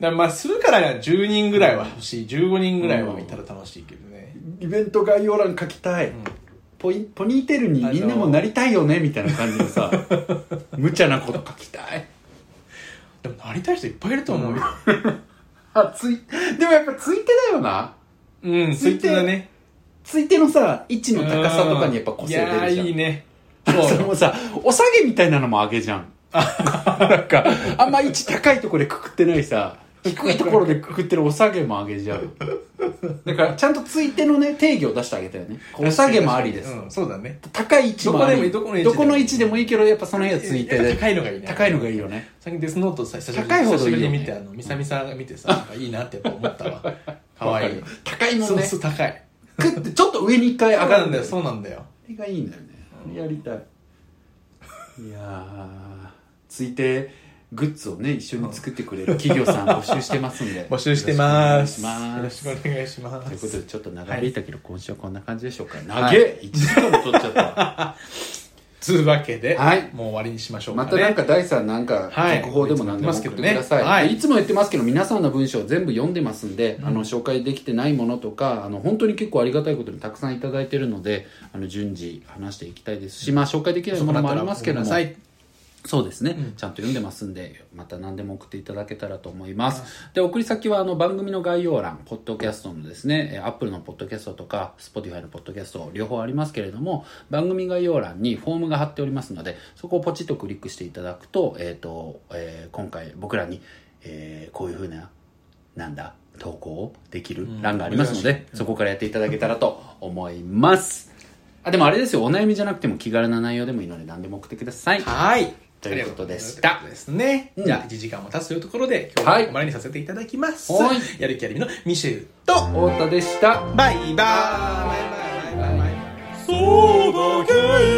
Speaker 1: らまあするから10人ぐらいは欲しい15人ぐらいはいたら楽しいけどね、
Speaker 2: イベント概要欄書きたい、
Speaker 1: ん
Speaker 2: ポイポニーテールにみんなもなりたいよねみたいな感じの さ無茶なこと書きたい
Speaker 1: でもなりたい人いっぱいいると思うよ
Speaker 2: あついでもやっぱついてだよな
Speaker 1: うんついてだね
Speaker 2: ついてのさ位置の高さとかにやっぱ個性出る
Speaker 1: い
Speaker 2: じゃ
Speaker 1: や
Speaker 2: ん
Speaker 1: いいね
Speaker 2: それもさお下げみたいなのも上げじゃんなんかあんま位置高いところでくくってないさ低いところでくくってるお下げも上げじゃんだからちゃんとついてのね定義を出してあげたよねこうお下げもありです、
Speaker 1: うん、そうだね
Speaker 2: 高い位置もあり
Speaker 1: どこでもいい
Speaker 2: ど
Speaker 1: ど
Speaker 2: こ
Speaker 1: こ
Speaker 2: の
Speaker 1: の
Speaker 2: 位
Speaker 1: 位
Speaker 2: 置
Speaker 1: 置
Speaker 2: で
Speaker 1: で
Speaker 2: もいいけどやっぱその部屋ついて
Speaker 1: やっぱ
Speaker 2: る
Speaker 1: 高いのがいいね
Speaker 2: 高いのがいいよね
Speaker 1: 最近デスノートさ久しぶり
Speaker 2: 高い方がいいよね
Speaker 1: 久しぶりに見てあのみさみさんが見 てさなんかいいなってやっぱ思ったわかわいい
Speaker 2: わかる高いも
Speaker 1: そ
Speaker 2: ん
Speaker 1: う
Speaker 2: ね
Speaker 1: そう高い
Speaker 2: クッてちょっと上に一回上
Speaker 1: 上
Speaker 2: が
Speaker 1: が
Speaker 2: る
Speaker 1: る
Speaker 2: ん
Speaker 1: ん
Speaker 2: だよ
Speaker 1: だよ
Speaker 2: そ
Speaker 1: そうなんだよ
Speaker 2: れがいいんだよねあれやりたいいやーついてグッズをね一緒に作ってくれる企業さ ん募集してますんで
Speaker 1: 募集してます
Speaker 2: よろしくお願いし
Speaker 1: よ
Speaker 2: ますとい
Speaker 1: ろしくお願いしま
Speaker 2: うこと
Speaker 1: す
Speaker 2: でちょっと長
Speaker 1: はい
Speaker 2: 引いたけど今週はこんな感じでしょうか投
Speaker 1: は
Speaker 2: げ1時間も取っちゃった
Speaker 1: つうわけで、
Speaker 2: はい
Speaker 1: もう終わりにしましょう
Speaker 2: ま
Speaker 1: か、ね、
Speaker 2: たなんか第3なんか
Speaker 1: はい
Speaker 2: 続報でも何でも送ってください、
Speaker 1: いつも言ってますけどねはい
Speaker 2: でいつも言ってますけど皆さんの文章全部読んでますんで、あの紹介できてないものとかあの本当に結構ありがたいことにたくさんいただいてるのであの順次話していきたいですし、まあ、紹介できないものもありますけども
Speaker 1: ごめんなさい
Speaker 2: そうですね、ちゃんと読んでますんでまた何でも送っていただけたらと思います、で送り先はあの番組の概要欄ポッドキャストのですねえー Apple のポッドキャストとか Spotify のポッドキャスト両方ありますけれども番組概要欄にフォームが貼っておりますのでそこをポチッとクリックしていただくと,、えーとえー今回僕らに、えーこういうふうななんだ投稿をできる欄がありますので、そこからやっていただけたらと思いますあでもあれですよお悩みじゃなくても気軽な内容でもいいので何でも送ってください
Speaker 1: はい
Speaker 2: ということでした
Speaker 1: ということですね、
Speaker 2: うん
Speaker 1: じゃあ1時間も経つというところで今日は
Speaker 2: はい
Speaker 1: ここまでにさせていただきます、
Speaker 2: はい
Speaker 1: やる気ありみのミシェルと
Speaker 2: 太田でした
Speaker 1: バイバーイバイバイバイバイそうそうだけ